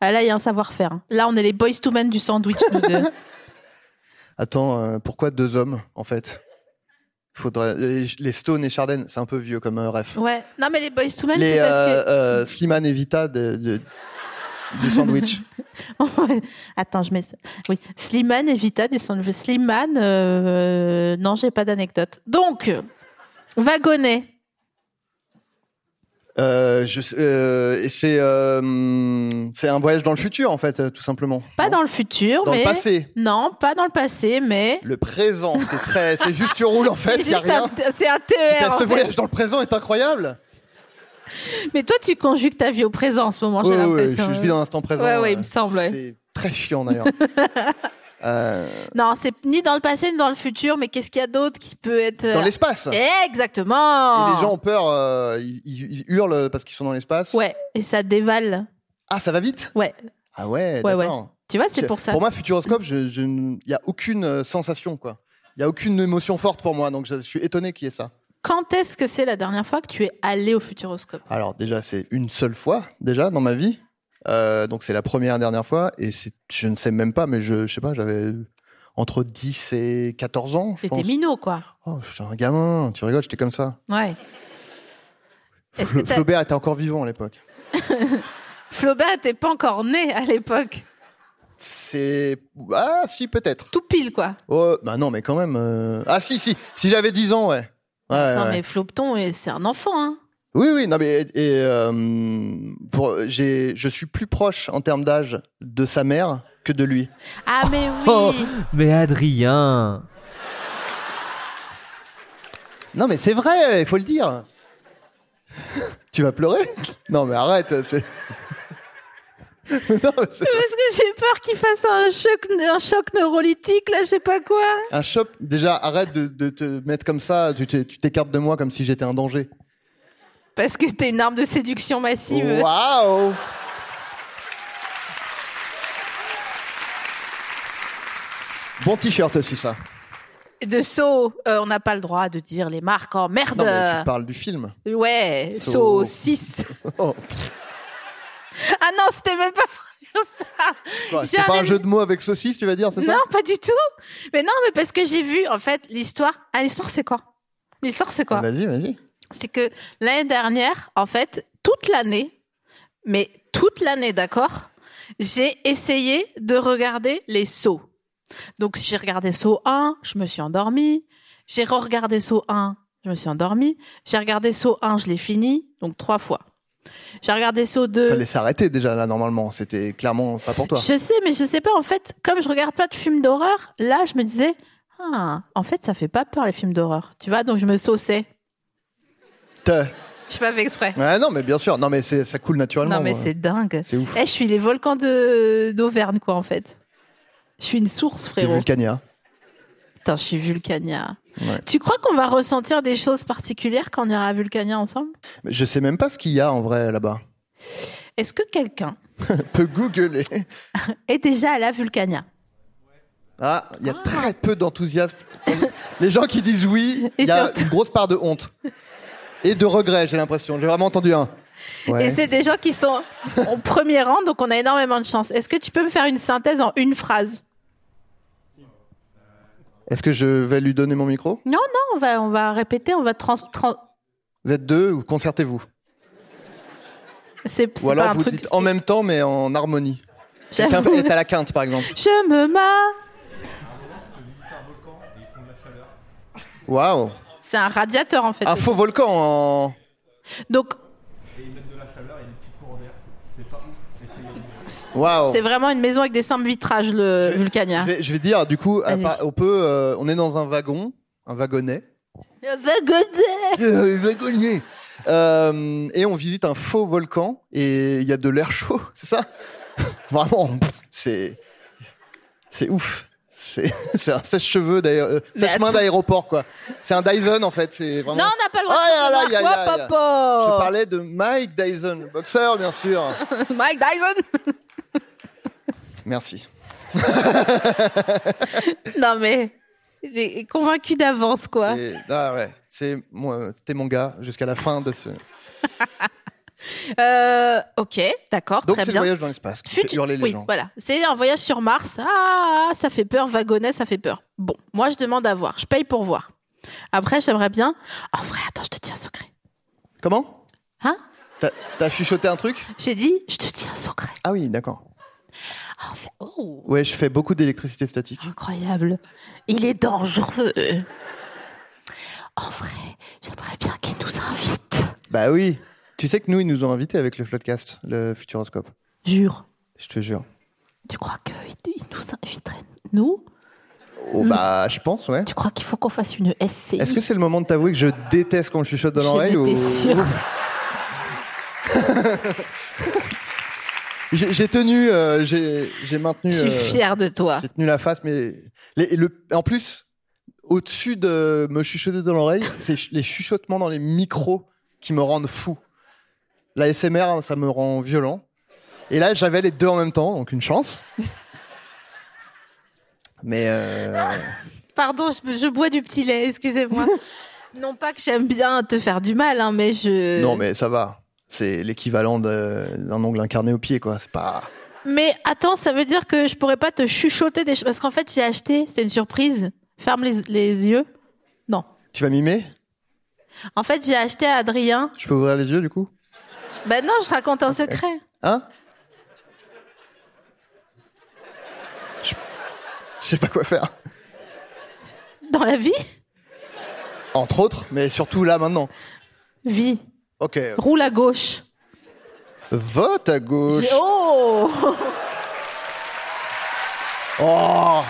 S4: Ah, là, il y a un savoir-faire. hein. Là, on est les boys to men du sandwich, nous deux.
S5: Attends, euh, pourquoi deux hommes, en fait Faudrait... Les, les Stone et Charden, c'est un peu vieux comme euh, ref.
S4: Ouais. Non, mais les boys to men,
S5: Les
S4: c'est
S5: euh, euh, Slimane et Vita de- de- du sandwich.
S4: parce que. Ouais. Attends, je mets ça. Oui. Slimane et Vita des sandwichs. Slimane, euh, non, j'ai pas d'anecdote. Donc, wagonnet.
S5: Euh, je sais- euh, et c'est euh, hum, c'est un voyage dans le futur, en fait, euh, tout simplement.
S4: Pas
S5: Non
S4: dans le futur,
S5: Dans
S4: mais.
S5: le passé.
S4: Non, pas dans le passé, mais.
S5: Le présent, c'est très, c'est juste tu roules en fait,
S4: C'est
S5: il y a
S4: juste un-
S5: rien.
S4: c'est un
S5: Putain,
S4: TER. en
S5: ce
S4: fait.
S5: voyage dans le présent est incroyable.
S4: Mais toi, tu conjugues ta vie au présent en ce moment,
S5: Ouais,
S4: j'ai
S5: ouais,
S4: l'impression.
S5: je, je vis dans l'instant présent.
S4: Ouais, ouais,
S5: euh,
S4: il me semble, ouais.
S5: C'est très chiant d'ailleurs. Euh,
S4: Non, c'est ni dans le passé ni dans le futur, mais qu'est-ce qu'il y a d'autre qui peut être. euh,
S5: dans l'espace. Et
S4: Exactement
S5: les gens ont peur, euh, ils, ils- ils hurlent parce qu'ils sont dans l'espace.
S4: Ouais, et ça dévale.
S5: Ah, ça va vite.
S4: Ouais.
S5: Ah ouais.
S4: Ouais,
S5: d'accord.
S4: Tu vois, c'est pour ça.
S5: Pour moi, Futuroscope, je- je n- il n'y a aucune euh, sensation, quoi. Il n'y a aucune émotion forte pour moi, donc je, je suis étonné qu'il y ait ça.
S4: Quand est-ce que c'est la dernière fois que tu es allé au Futuroscope
S5: Alors, déjà, c'est une seule fois, déjà, dans ma vie. Euh, donc, c'est la première et dernière fois, et c'est- je ne sais même pas, mais je, je sais pas, j'avais entre 10 et 14 ans, je
S4: T'étais
S5: pense.
S4: minot, quoi.
S5: Oh, j'étais un gamin, tu rigoles, j'étais comme ça.
S4: Ouais. Est-ce que
S5: Fla-
S4: t'as-
S5: Flaubert était encore vivant à l'époque.
S4: Flaubert t'es pas encore né à l'époque.
S5: C'est... Ah, si, peut-être.
S4: Tout pile, quoi.
S5: Oh, bah non, mais quand même... euh, Ah, si, si, si j'avais 10 ans, ouais. Ouais,
S4: Attends,
S5: ouais.
S4: mais Flopton, et c'est un enfant, hein.
S5: Oui, oui, non, mais et, et, euh, pour, j'ai, je suis plus proche en termes d'âge de sa mère que de lui.
S4: Ah, mais
S1: Oh,
S4: oui
S1: mais Adrien
S5: Non, mais c'est vrai, il faut le dire. tu vas pleurer Non, mais arrête. C'est... Non, mais c'est
S4: Parce que j'ai peur qu'il fasse un choc, un choc neurolytique, là, je sais pas quoi.
S5: un shop. Déjà, arrête de, de te mettre comme ça. Tu, t'é- tu t'écartes de moi comme si j'étais un danger.
S4: Parce que t'es une arme de séduction massive.
S5: Waouh Bon t-shirt aussi, ça.
S4: De saut, euh, on n'a pas le droit de dire les marques en merde.
S5: Non, mais tu parles du film.
S4: Ouais, saut
S5: Saut.
S4: 6.
S5: Oh.
S4: Ah non, c'était même pas pour dire ça.
S5: Ouais,
S4: J'ai
S5: C'est pas
S4: un
S5: un jeu de mots avec saucisse, tu vas dire, c'est ça
S4: Non, pas du tout. Mais non, mais parce que j'ai vu, en fait, l'histoire. Ah, l'histoire, c'est quoi L'histoire, c'est quoi
S5: Vas-y, vas-y.
S4: C'est que l'année dernière, en fait, toute l'année, mais toute l'année, d'accord, j'ai essayé de regarder les sauts. Donc, j'ai regardé saut 1, je me suis endormie. J'ai re-regardé saut 1, je me suis endormie. J'ai regardé saut 1, je l'ai fini, donc trois fois. J'ai regardé saut 2.
S5: Fallait s'arrêter déjà là normalement, c'était clairement pas pour toi.
S4: Euh, Je sais, mais je sais pas. En fait, comme je regarde pas de films d'horreur, là, je me disais, ah, en fait, ça fait pas peur les films d'horreur. Tu vois, donc je me sauçais.
S5: Te-
S4: Je pas fait exprès.
S5: Ouais, non mais bien sûr, non mais c'est- ça coule naturellement.
S4: Non, mais
S5: ouais.
S4: c'est dingue.
S5: c'est ouf.
S4: Eh, je suis les volcans de d'Auvergne, quoi, en fait. Je suis une source,
S5: C'est hein.
S4: frérot.
S5: Vulcania.
S4: Putain, je suis Vulcania.
S5: Ouais.
S4: Tu crois qu'on va ressentir des choses particulières quand on ira à Vulcania ensemble
S5: Mais Je sais même pas ce qu'il y a en vrai là-bas.
S4: Est-ce que quelqu'un
S5: Peut googler.
S4: est déjà allé à Vulcania
S5: Ah, il y a très peu d'enthousiasme. Les gens qui disent oui,
S4: Et
S5: il y a
S4: surtout-
S5: une grosse part de honte et de regret, j'ai l'impression. J'ai vraiment entendu un. Ouais.
S4: Et c'est des gens qui sont au premier rang, donc on a énormément de chance. Est-ce que tu peux me faire une synthèse en une phrase
S5: Est-ce que je vais lui donner mon micro
S4: Non, non, on va, on va répéter, on va trans. trans-
S5: Vous êtes deux ou concertez-vous
S4: c'est c'est
S5: Ou
S4: pas
S5: alors
S4: un
S5: vous
S4: truc.
S5: dites en même temps mais en harmonie. Chacun
S4: J'avoue.
S5: est à la quinte par exemple.
S4: Je me mats.
S5: Waouh
S4: C'est un radiateur en fait.
S5: Un faux volcan en.
S4: Donc
S5: Waouh
S4: c'est vraiment une maison avec des simples vitrages, le
S5: Oh. Je-
S4: Vulcania.
S5: Je vais, je vais dire, du coup, à
S4: Vas-y.
S5: part- on peut, euh, on est dans un wagon, un wagonnet,
S4: Vagonnet.
S5: Euh, wagonnet, Euh, et on visite un faux volcan et il y a de l'air chaud, c'est ça Vraiment, pff, c'est, c'est ouf. C'est, c'est un sèche-cheveux d'aé- euh,
S4: Mais
S5: sèche-main
S4: attends.
S5: d'aéroport quoi. C'est un Dyson en fait, c'est vraiment.
S4: Non, on n'a pas le droit
S5: Ah, là, là,
S4: de
S5: y a-
S4: savoir
S5: y a-
S4: quoi,
S5: y a-
S4: Popo
S5: Je parlais de Mike Dyson, le boxeur bien sûr.
S4: Mike Dyson.
S5: Merci.
S4: non mais il est convaincu d'avance quoi.
S5: C'est, ah ouais, c'est moi, t'es mon gars jusqu'à la fin de ce.
S4: Euh, ok, d'accord,
S5: Donc
S4: très
S5: c'est le
S4: bien.
S5: voyage dans l'espace qui fait
S4: Futu-
S5: hurler les
S4: oui,
S5: gens.
S4: voilà. C'est un voyage sur Mars. Ah, ça fait peur. Wagonnet, ça fait peur. Bon, moi, je demande à voir. Je paye pour voir. Après, j'aimerais bien. En vrai, attends, je te dis un secret.
S5: Comment
S4: Hein
S5: T'as- T'as chuchoté un truc
S4: J'ai dit, je te dis un secret.
S5: Ah oui, d'accord.
S4: Ah, on fait- Oh,
S5: Ouais, je fais beaucoup d'électricité statique.
S4: incroyable. Il est dangereux. En vrai, j'aimerais bien qu'il nous invite.
S5: Bah oui. Tu sais que nous, ils nous ont invités avec le Floodcast, le Futuroscope.
S4: Jure.
S5: Je te jure.
S4: Tu crois qu'il il nous inviterait, nous Mm.
S5: Oh, bah, je pense, ouais.
S4: Tu crois qu'il faut qu'on fasse une SCI
S5: Est-ce que c'est le moment de t'avouer que je déteste qu'on chuchote dans
S4: J'en
S5: l'oreille ou...
S4: étais sûre.
S5: J'ai j'ai tenu, euh, j'ai j'ai maintenu.
S4: Je suis
S5: euh,
S4: fière de toi.
S5: J'ai tenu la face, mais les- le, en plus, au-dessus de me chuchoter dans l'oreille, c'est ch- les chuchotements dans les micros qui me rendent fou. hein, La SMR, ça me rend violent. Et là, j'avais les deux en même temps, donc une chance. Mais euh,
S4: Pardon, je, je bois du petit lait, excusez-moi. non pas que j'aime bien te faire du mal, hein, mais je.
S5: non, mais ça va. C'est l'équivalent de- d'un ongle incarné au pied, quoi. C'est pas.
S4: Mais attends, ça veut dire que je pourrais pas te chuchoter des choses. Parce qu'en fait, j'ai acheté, c'est une surprise. Ferme les, les yeux. Non.
S5: Tu vas mimer
S4: En fait, j'ai acheté à Adrien.
S5: Je peux ouvrir les yeux du coup
S4: Ben non, je raconte un secret.
S5: Hein Je je sais pas quoi faire.
S4: Dans la vie
S5: Entre autres, mais surtout là maintenant.
S4: Vie.
S5: Ok.
S4: Roule à gauche.
S5: Vote à gauche.
S4: J'ai- Oh
S5: Oh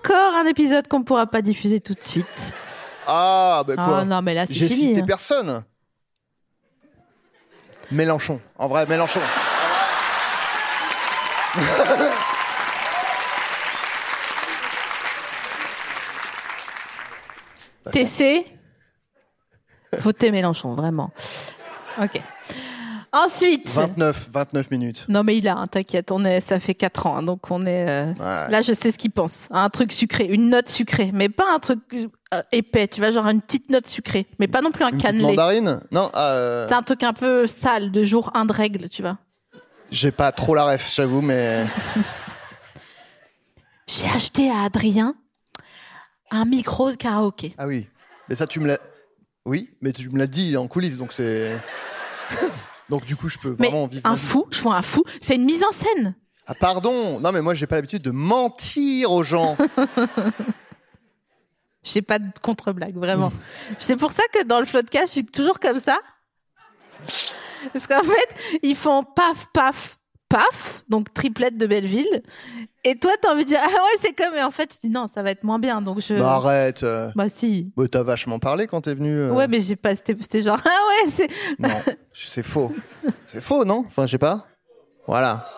S4: Encore un épisode qu'on pourra pas diffuser tout de suite.
S5: Ah, bah quoi
S4: Ah non, mais là, c'est
S5: J'ai
S4: fini.
S5: cité
S4: hein.
S5: personne. Mélenchon. En vrai, Mélenchon.
S4: TC Votez Mélenchon, vraiment. Ok. Ensuite.
S5: 29, 29 minutes.
S4: Non, mais il a, hein, t'inquiète, on est, ça fait 4 ans, hein, donc on est. euh,
S5: Ouais.
S4: Là, je sais ce qu'il pense. Un truc sucré, une note sucrée, mais pas un truc euh, épais, tu vois, genre une petite note sucrée, mais pas non plus un
S5: Une petite
S4: cannelé.
S5: mandarine Non, euh,
S4: C'est un truc un peu sale, de jour un de règle, tu vois.
S5: j'ai pas trop la ref, j'avoue, mais
S4: J'ai acheté à Adrien un micro de karaoké.
S5: ah oui. Mais ça, tu me l'as. Oui, mais tu me l'as dit en coulisses, donc c'est. donc du coup, je peux
S4: Mais
S5: vraiment vivre. ma
S4: un
S5: vie.
S4: fou, je vois un fou, c'est une mise en scène.
S5: Ah pardon. Non, mais moi, j'ai pas l'habitude de mentir aux gens.
S4: J'ai pas de contre-blague, vraiment.
S5: Mmh.
S4: C'est pour ça que dans le podcast, je suis toujours comme ça. Parce qu'en fait, ils font paf, paf, paf, donc triplette de Belleville. Et toi, t'as envie de dire, ah ouais, c'est comme, et en fait, tu dis, non, ça va être moins bien, hein, donc je.
S5: bah arrête. euh.
S4: Bah, si.
S5: Bah, t'as vachement parlé quand t'es venu. euh.
S4: Ouais, mais j'ai pas, bah, c'était c'était genre, ah ouais, c'est.
S5: Non, c'est faux. C'est faux, non Enfin, je sais pas. Voilà.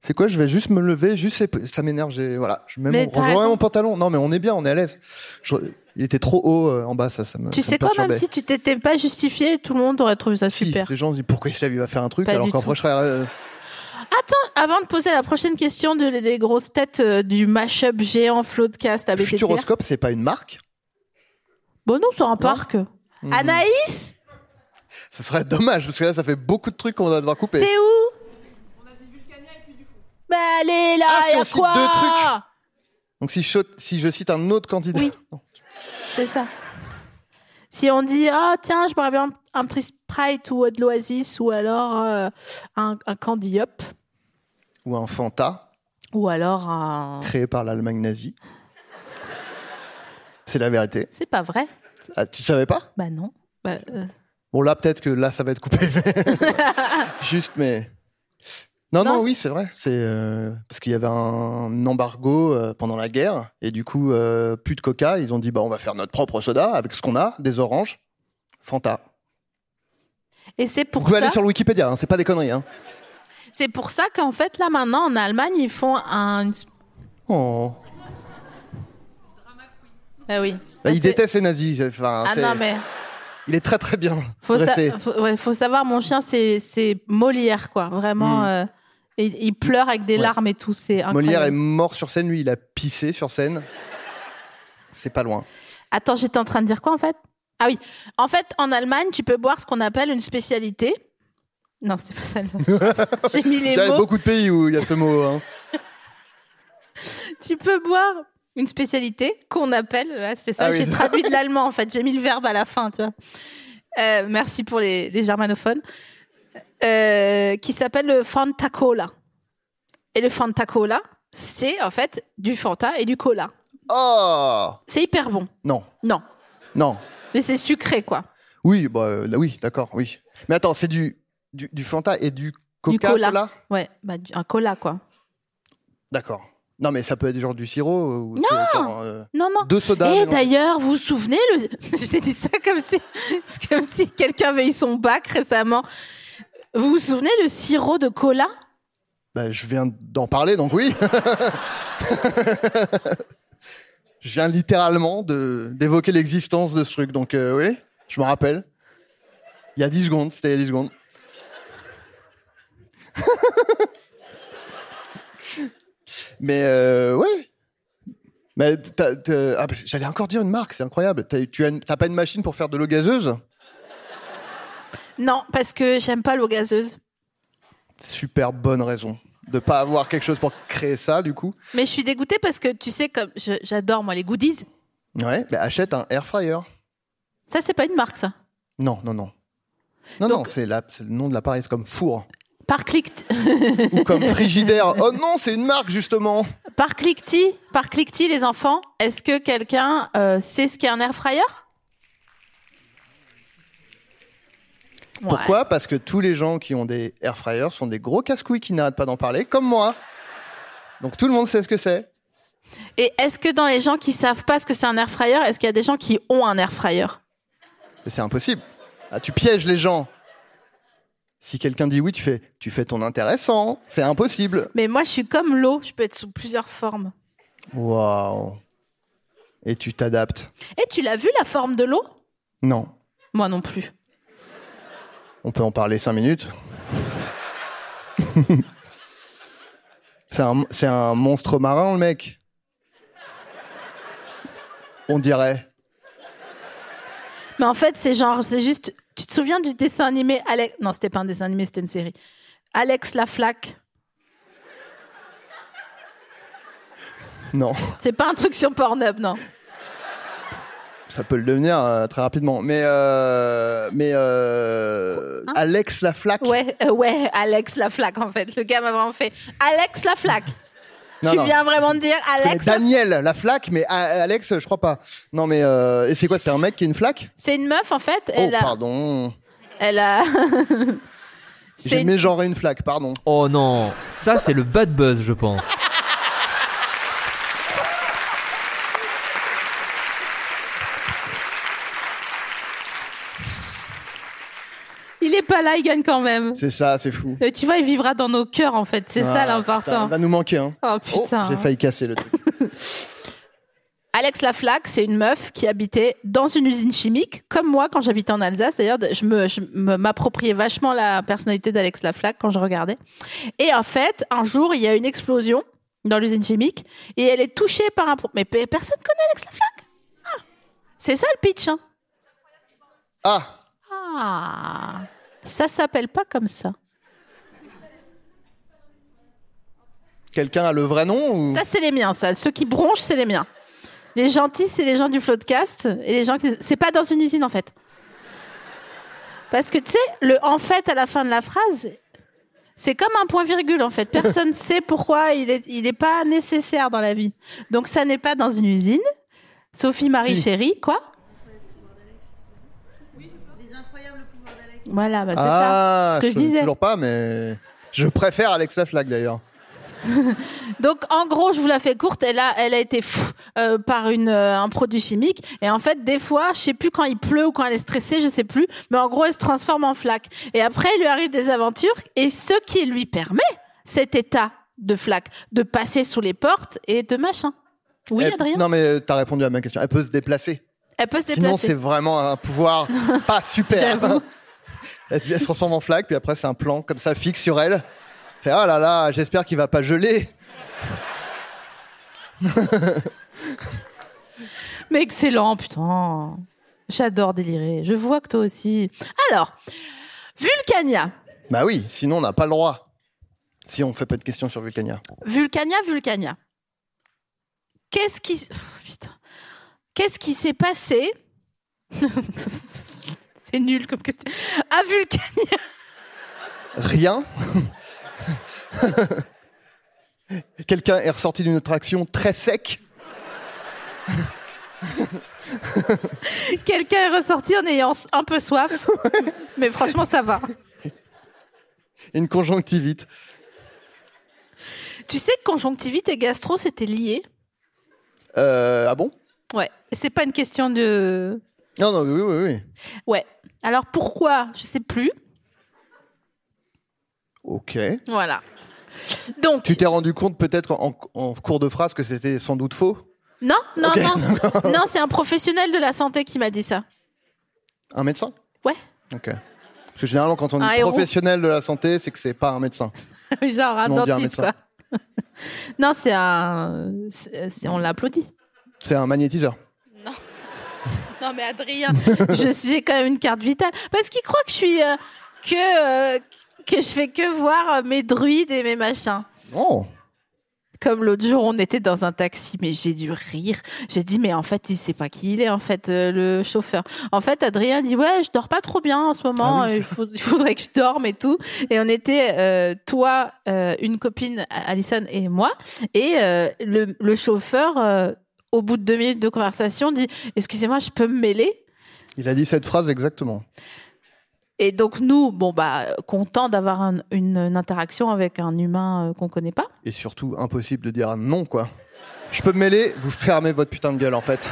S5: C'est quoi Je vais juste me lever, juste ép- ça m'énerve. j'ai- Voilà, je mets
S4: Mais
S5: mon,
S4: t'as
S5: je remets
S4: raison.
S5: mon pantalon. Non, mais on est bien, on est à l'aise. Je- Il était trop haut euh, en bas, ça, ça me.
S4: Tu
S5: ça me
S4: sais quoi, même
S5: perturbait.
S4: si tu t'étais pas justifié, tout le monde aurait trouvé ça
S5: Si,
S4: super.
S5: Les gens se disent pourquoi il se lève, il va faire un truc,
S4: Pas
S5: alors
S4: du
S5: qu'en
S4: tout. Ah,
S5: vrai, je serais, euh,
S4: Avant de poser la prochaine question de, des grosses têtes euh, du mash-up géant Floodcast à BTTR.
S5: Futuroscope, c'est pas une marque.
S4: Bon, non, c'est un parc.
S5: Mhm.
S4: Anaïs,
S5: Ce serait dommage parce que là, ça fait beaucoup de trucs qu'on va devoir couper.
S4: t'es où On a dit Vulcania et puis du fou. Mais allez là,
S5: Ah, si,
S4: y
S5: on
S4: a
S5: cite
S4: quoi
S5: deux trucs. Donc si je, si je cite un autre candidat,
S4: Oui.
S5: Non.
S4: C'est ça. Si on dit, oh tiens, je boirais bien un petit Sprite ou de l'Oasis ou alors euh, un, un Candy Up
S5: ou un Fanta
S4: ou alors un...
S5: créé par l'Allemagne nazie, c'est la vérité.
S4: C'est pas vrai
S5: Ah, tu savais pas
S4: Bah non. Bah, euh,
S5: Bon, là, peut-être que là, ça va être coupé. Juste, mais. Non, non,
S4: Non.
S5: oui, c'est vrai. C'est euh, parce qu'il y avait un embargo euh, pendant la guerre et du coup, euh, plus de coca. Ils ont dit, bah, on va faire notre propre soda avec ce qu'on a, des oranges, Fanta.
S4: Et c'est
S5: Vous
S4: pour
S5: pouvez
S4: ça...
S5: aller sur le Wikipédia, hein, c'est pas des conneries. Hein.
S4: C'est pour ça qu'en fait, là, maintenant, en Allemagne, ils font un.
S5: Oh.
S4: Ah oui.
S5: Bah, il
S4: C'est-
S5: déteste les nazis. c'est- Enfin,
S4: Ah
S5: c'est-
S4: non, mais.
S5: Il est très très bien
S4: Faut, sa-
S5: dressé.
S4: faut- ouais, faut savoir, mon chien, c'est, c'est Molière, quoi. Vraiment.
S5: Mm.
S4: euh, il, il pleure avec des
S5: Ouais.
S4: larmes et tout. C'est incroyable.
S5: Molière est mort sur scène, lui, il a pissé sur scène. C'est pas loin.
S4: Attends, j'étais en train de dire quoi, en fait Ah oui. En fait, en Allemagne, tu peux boire ce qu'on appelle une spécialité. Non, c'est pas ça le mot. J'ai mis
S5: Il
S4: les
S5: y a
S4: mots.
S5: beaucoup de pays où il y a ce mot. hein.
S4: Tu peux boire une spécialité qu'on appelle, là, c'est ça,
S5: Ah oui,
S4: j'ai
S5: c'est ça.
S4: traduit de l'allemand en fait, j'ai mis le verbe à la fin, tu vois. Euh, merci pour les, les germanophones. Euh, qui s'appelle le Fanta Cola. Et le Fanta Cola, c'est en fait du Fanta et du Cola.
S5: Oh
S4: C'est hyper bon.
S5: Non,
S4: Non,
S5: non.
S4: mais c'est sucré quoi.
S5: Oui, bah, euh, là, oui, d'accord, oui. Mais attends, c'est du, du, du Fanta et du
S4: Du
S5: Coca-Cola
S4: Ouais, bah, du- un cola quoi.
S5: D'accord. Non, mais ça peut être genre du sirop ou c'est genre, euh,
S4: Non, Eh, non.
S5: deux sodas.
S4: Et
S5: mélangés.
S4: d'ailleurs, vous vous souvenez le... Je t'ai dit ça comme si, c'est comme si quelqu'un avait eu son bac récemment. Vous vous souvenez le sirop de cola
S5: Bah, je viens d'en parler, donc oui. je viens littéralement de- d'évoquer l'existence de ce truc, donc euh, oui, je me rappelle. Il y a 10 secondes, c'était il y a 10 secondes. Mais euh, ouais. Mais t'as- t'as- ah, bah, j'allais encore dire une marque, c'est incroyable. T'as, tu as une- t'as pas une machine pour faire de l'eau gazeuse
S4: Non, parce que j'aime pas l'eau gazeuse.
S5: Super bonne raison de pas avoir quelque chose pour créer ça, du coup.
S4: Mais je suis dégoûtée parce que tu sais, comme je- j'adore moi les goodies.
S5: Ouais, bah, achète un air fryer.
S4: Ça, c'est pas une marque, ça.
S5: Non, non, non. Non,
S4: Donc-
S5: non, c'est, la- c'est le nom de l'appareil, c'est comme four. hein.
S4: Par clic,
S5: Ou comme frigidaire. Oh non, c'est une marque, justement.
S4: par cliquetis, par cliquetis, les enfants. Est-ce que quelqu'un euh, sait ce qu'est un air fryer Ouais.
S5: Pourquoi Parce que tous les gens qui ont des air fryers sont des gros casse-couilles qui n'arrêtent pas d'en parler, comme moi. Donc tout le monde sait ce que c'est.
S4: Et est-ce que dans les gens qui savent pas ce que c'est un air fryer, est-ce qu'il y a des gens qui ont un air fryer
S5: Mais c'est impossible. Ah, tu pièges les gens. Si quelqu'un dit oui, tu fais, tu fais ton intéressant. C'est impossible.
S4: Mais moi, je suis comme l'eau. Je peux être sous plusieurs formes.
S5: Waouh. Et tu t'adaptes.
S4: Et tu l'as vu la forme de l'eau
S5: Non.
S4: Moi non plus.
S5: On peut en parler cinq minutes. c'est un, c'est un monstre marin, le mec. On dirait.
S4: Mais en fait, c'est genre, c'est juste. Tu te souviens du dessin animé Alex Non, c'était pas un dessin animé, c'était une série. Alex la flaque.
S5: Non.
S4: C'est pas un truc sur Pornhub, non.
S5: Ça peut le devenir euh, très rapidement. Mais, euh, mais euh, Alex Laflaque.
S4: Hein Ouais, euh, ouais, Alex la flaque en fait. Le gars m'a vraiment fait Alex la flaque.
S5: Non,
S4: tu
S5: non,
S4: viens vraiment de dire
S5: je connais
S4: Alex la-
S5: Daniel Laflaque, mais A- Alex, je crois pas. Non, mais euh, et c'est quoi C'est un mec qui a une flaque
S4: C'est une meuf en fait.
S5: Oh,
S4: Elle a.
S5: pardon.
S4: Elle a.
S5: J'ai
S4: c'est
S5: mégenré une flaque, pardon.
S1: Oh non, ça c'est le bad buzz, je pense.
S4: Il est pas là, il gagne quand même.
S5: C'est ça, c'est fou.
S4: Euh, tu vois, il vivra dans nos cœurs en fait. C'est ça
S5: Ah, putain,
S4: l'important.
S5: il va nous manquer, hein.
S4: Oh
S5: Oh,
S4: putain.
S5: J'ai failli casser le truc.
S4: Alex Laflaque, c'est une meuf qui habitait dans une usine chimique, comme moi quand j'habitais en Alsace. D'ailleurs, je me- je me- m'appropriais vachement la personnalité d'Alex Laflaque quand je regardais. Et en fait, un jour, il y a une explosion dans l'usine chimique et elle est touchée par un. pro- Mais pe- personne connaît Alex Laflaque Ah. C'est ça le pitch. hein.
S5: Ah,
S4: Ah. Ça s'appelle pas comme ça.
S5: Quelqu'un a le vrai nom ou...
S4: Ça, c'est les miens, ça. Ceux qui bronchent, c'est les miens. Les gentils, c'est les gens du floodcast. Et les gens qui. C'est pas dans une usine, en fait. Parce que, tu sais, le en fait à la fin de la phrase, c'est comme un point-virgule, en fait. Personne sait pourquoi il est, il est pas nécessaire dans la vie. Donc, ça n'est pas dans une usine. Sophie Marie
S5: Si.
S4: Chérie, quoi Voilà, bah, c'est
S5: Ah,
S4: ça. Ce que je,
S5: sais
S4: disais.
S5: toujours pas, mais je préfère Alex Laflac d'ailleurs.
S4: Donc en gros, je vous la fais courte. Elle a, elle a été pff, euh, par une, euh, un produit chimique. Et en fait, des fois, je sais plus quand il pleut ou quand elle est stressée, je sais plus. Mais en gros, elle se transforme en flaque. Et après, il lui arrive des aventures. Et ce qui lui permet cet état de flaque, de passer sous les portes et de machin. Oui,
S5: Elle-
S4: Adrien.
S5: Non, mais euh, t'as répondu à ma question. Elle peut se déplacer.
S4: Elle peut se
S5: Sinon,
S4: déplacer.
S5: c'est vraiment un pouvoir pas super.
S4: J'avoue.
S5: elle, elle se transforme en flaque, puis après, c'est un plan comme ça fixe sur elle. Fait, oh là là, j'espère qu'il va pas geler.
S4: Mais excellent, putain. J'adore délirer. Je vois que toi aussi. Alors, Vulcania.
S5: Bah oui, sinon, on n'a pas le droit. Si on fait pas de questions sur Vulcania.
S4: Vulcania, Vulcania. Qu'est-ce qui. Oh, putain. Qu'est-ce qui s'est passé C'est nul comme question. À Vulcania.
S5: Rien. Quelqu'un est ressorti d'une attraction très sec.
S4: Quelqu'un est ressorti en ayant un peu soif. Mais franchement, ça va.
S5: Une conjonctivite.
S4: Tu sais que conjonctivite et gastro, c'était lié.
S5: Euh, ah bon
S4: Ouais. Et c'est pas une question de.
S5: Non, non, oui, oui, oui.
S4: Ouais. Alors pourquoi Je sais plus.
S5: Ok.
S4: Voilà. Donc.
S5: Tu t'es rendu compte peut-être en, en cours de phrase que c'était sans doute faux
S4: Non, non, non. non, c'est un professionnel de la santé qui m'a dit ça.
S5: Un médecin
S4: Ouais.
S5: Ok. Parce que généralement, quand on dit
S4: Un héros.
S5: professionnel de la santé, c'est que c'est pas un médecin.
S4: Genre un
S5: Sinon, on dit un
S4: dentiste, quoi.
S5: médecin.
S4: Non, c'est un. c'est- c'est- on l'applaudit.
S5: C'est un magnétiseur.
S4: Non, mais Adrien, je- j'ai quand même une carte vitale. Parce qu'il croit que je suis. euh, que, euh, que je fais que voir euh, mes druides et mes machins.
S5: Oh.
S4: Comme l'autre jour, on était dans un taxi, mais j'ai dû rire. J'ai dit, mais en fait, il sait pas qui il est, en fait, euh, le chauffeur. En fait, Adrien dit, ouais, je dors pas trop bien en ce moment,
S5: Ah oui,
S4: euh, il, faut- il faudrait que je dorme et tout. Et on était, euh, toi, euh, une copine, Alison et moi. Et euh, le, le chauffeur, euh, au bout de deux minutes de conversation, dit, excusez-moi, je peux me mêler
S5: Il a dit cette phrase exactement.
S4: et donc nous, bon bah, content d'avoir un- une, une interaction avec un humain euh, qu'on connaît pas.
S5: Et surtout, impossible de dire non, quoi. Je peux me mêler, vous fermez votre putain de gueule, en fait.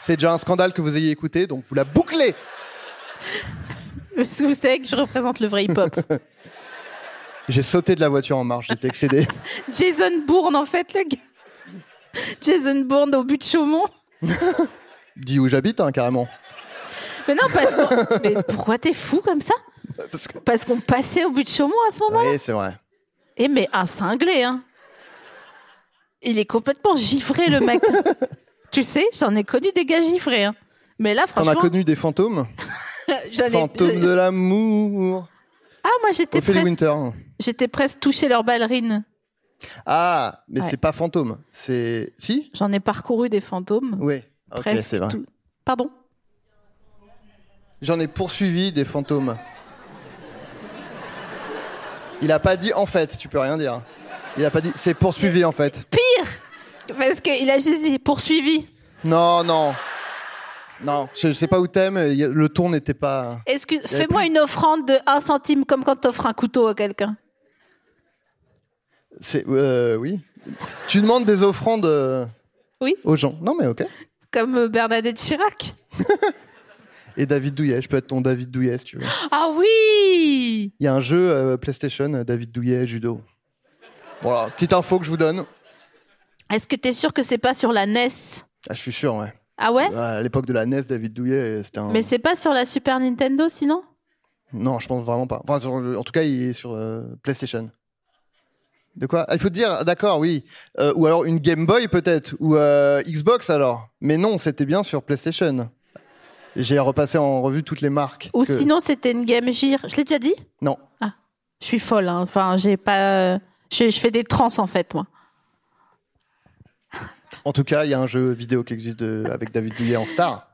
S5: C'est déjà un scandale que vous ayez écouté, donc vous la bouclez
S4: Parce que vous savez que je représente le vrai hip-hop.
S5: J'ai sauté de la voiture en marche, j'étais excédé.
S4: Jason Bourne en fait, le gars. Jason Bourne au but de Chaumont.
S5: Dis où j'habite, hein, carrément.
S4: Mais non, parce qu'on- Mais pourquoi t'es fou comme ça
S5: Parce que-
S4: Parce qu'on passait au but de Chaumont à ce moment.
S5: Oui, c'est vrai.
S4: Eh mais un cinglé, hein. Il est complètement givré le mec. tu sais, j'en ai connu des gars givrés. hein. Mais là,
S5: T'en as
S4: franchement,
S5: connu des fantômes
S4: j'en ai-
S5: Fantômes de l'amour
S4: Ah, moi, j'étais
S5: Ophélie
S4: presque,
S5: Winter.
S4: j'étais presque touché leur ballerine.
S5: Ah, mais
S4: Ouais.
S5: c'est pas fantôme. C'est. Si
S4: J'en ai parcouru des fantômes.
S5: Oui. Ok,
S4: presque
S5: c'est vrai.
S4: tout- Pardon
S5: J'en ai poursuivi des fantômes. Il a pas dit en fait, tu peux rien dire. Il a pas dit c'est poursuivi en fait.
S4: Parce qu'il a juste dit poursuivi.
S5: Non, non. Non, je, je sais pas où t'aimes, il y a- le ton n'était pas.
S4: Excuse, fais-moi une offrande de 1 centime comme quand t'offres un couteau à quelqu'un.
S5: C'est. euh, oui. Tu demandes des offrandes euh,
S4: Oui.
S5: aux gens. Non, mais ok.
S4: Comme euh, Bernadette Chirac.
S5: Et David Douillet, je peux être ton David Douillet si tu veux.
S4: Ah oui
S5: Il y a un jeu euh, PlayStation, euh, David Douillet, judo. Voilà, petite info que je vous donne.
S4: Est-ce que t'es sûr que c'est pas sur la NES
S5: Ah, je suis sûr, ouais.
S4: Ah ouais
S5: À l'époque de la NES, David Douillet, euh, c'était un.
S4: Mais c'est pas sur la Super Nintendo sinon
S5: Non, je pense vraiment pas. Enfin, sur- en tout cas, il est sur euh, PlayStation. De quoi Ah, Il faut te dire, d'accord, oui. Euh, ou alors une Game Boy peut-être, ou euh, Xbox alors. Mais non, c'était bien sur PlayStation. J'ai repassé en revue toutes les marques.
S4: Ou
S5: que-
S4: sinon c'était une Game Gear. Je l'ai déjà dit
S5: Non.
S4: Je suis folle, hein. enfin j'ai pas... euh, Je, je fais des trans en fait moi.
S5: En tout cas, il y a un jeu vidéo qui existe de- avec David Douillet en star.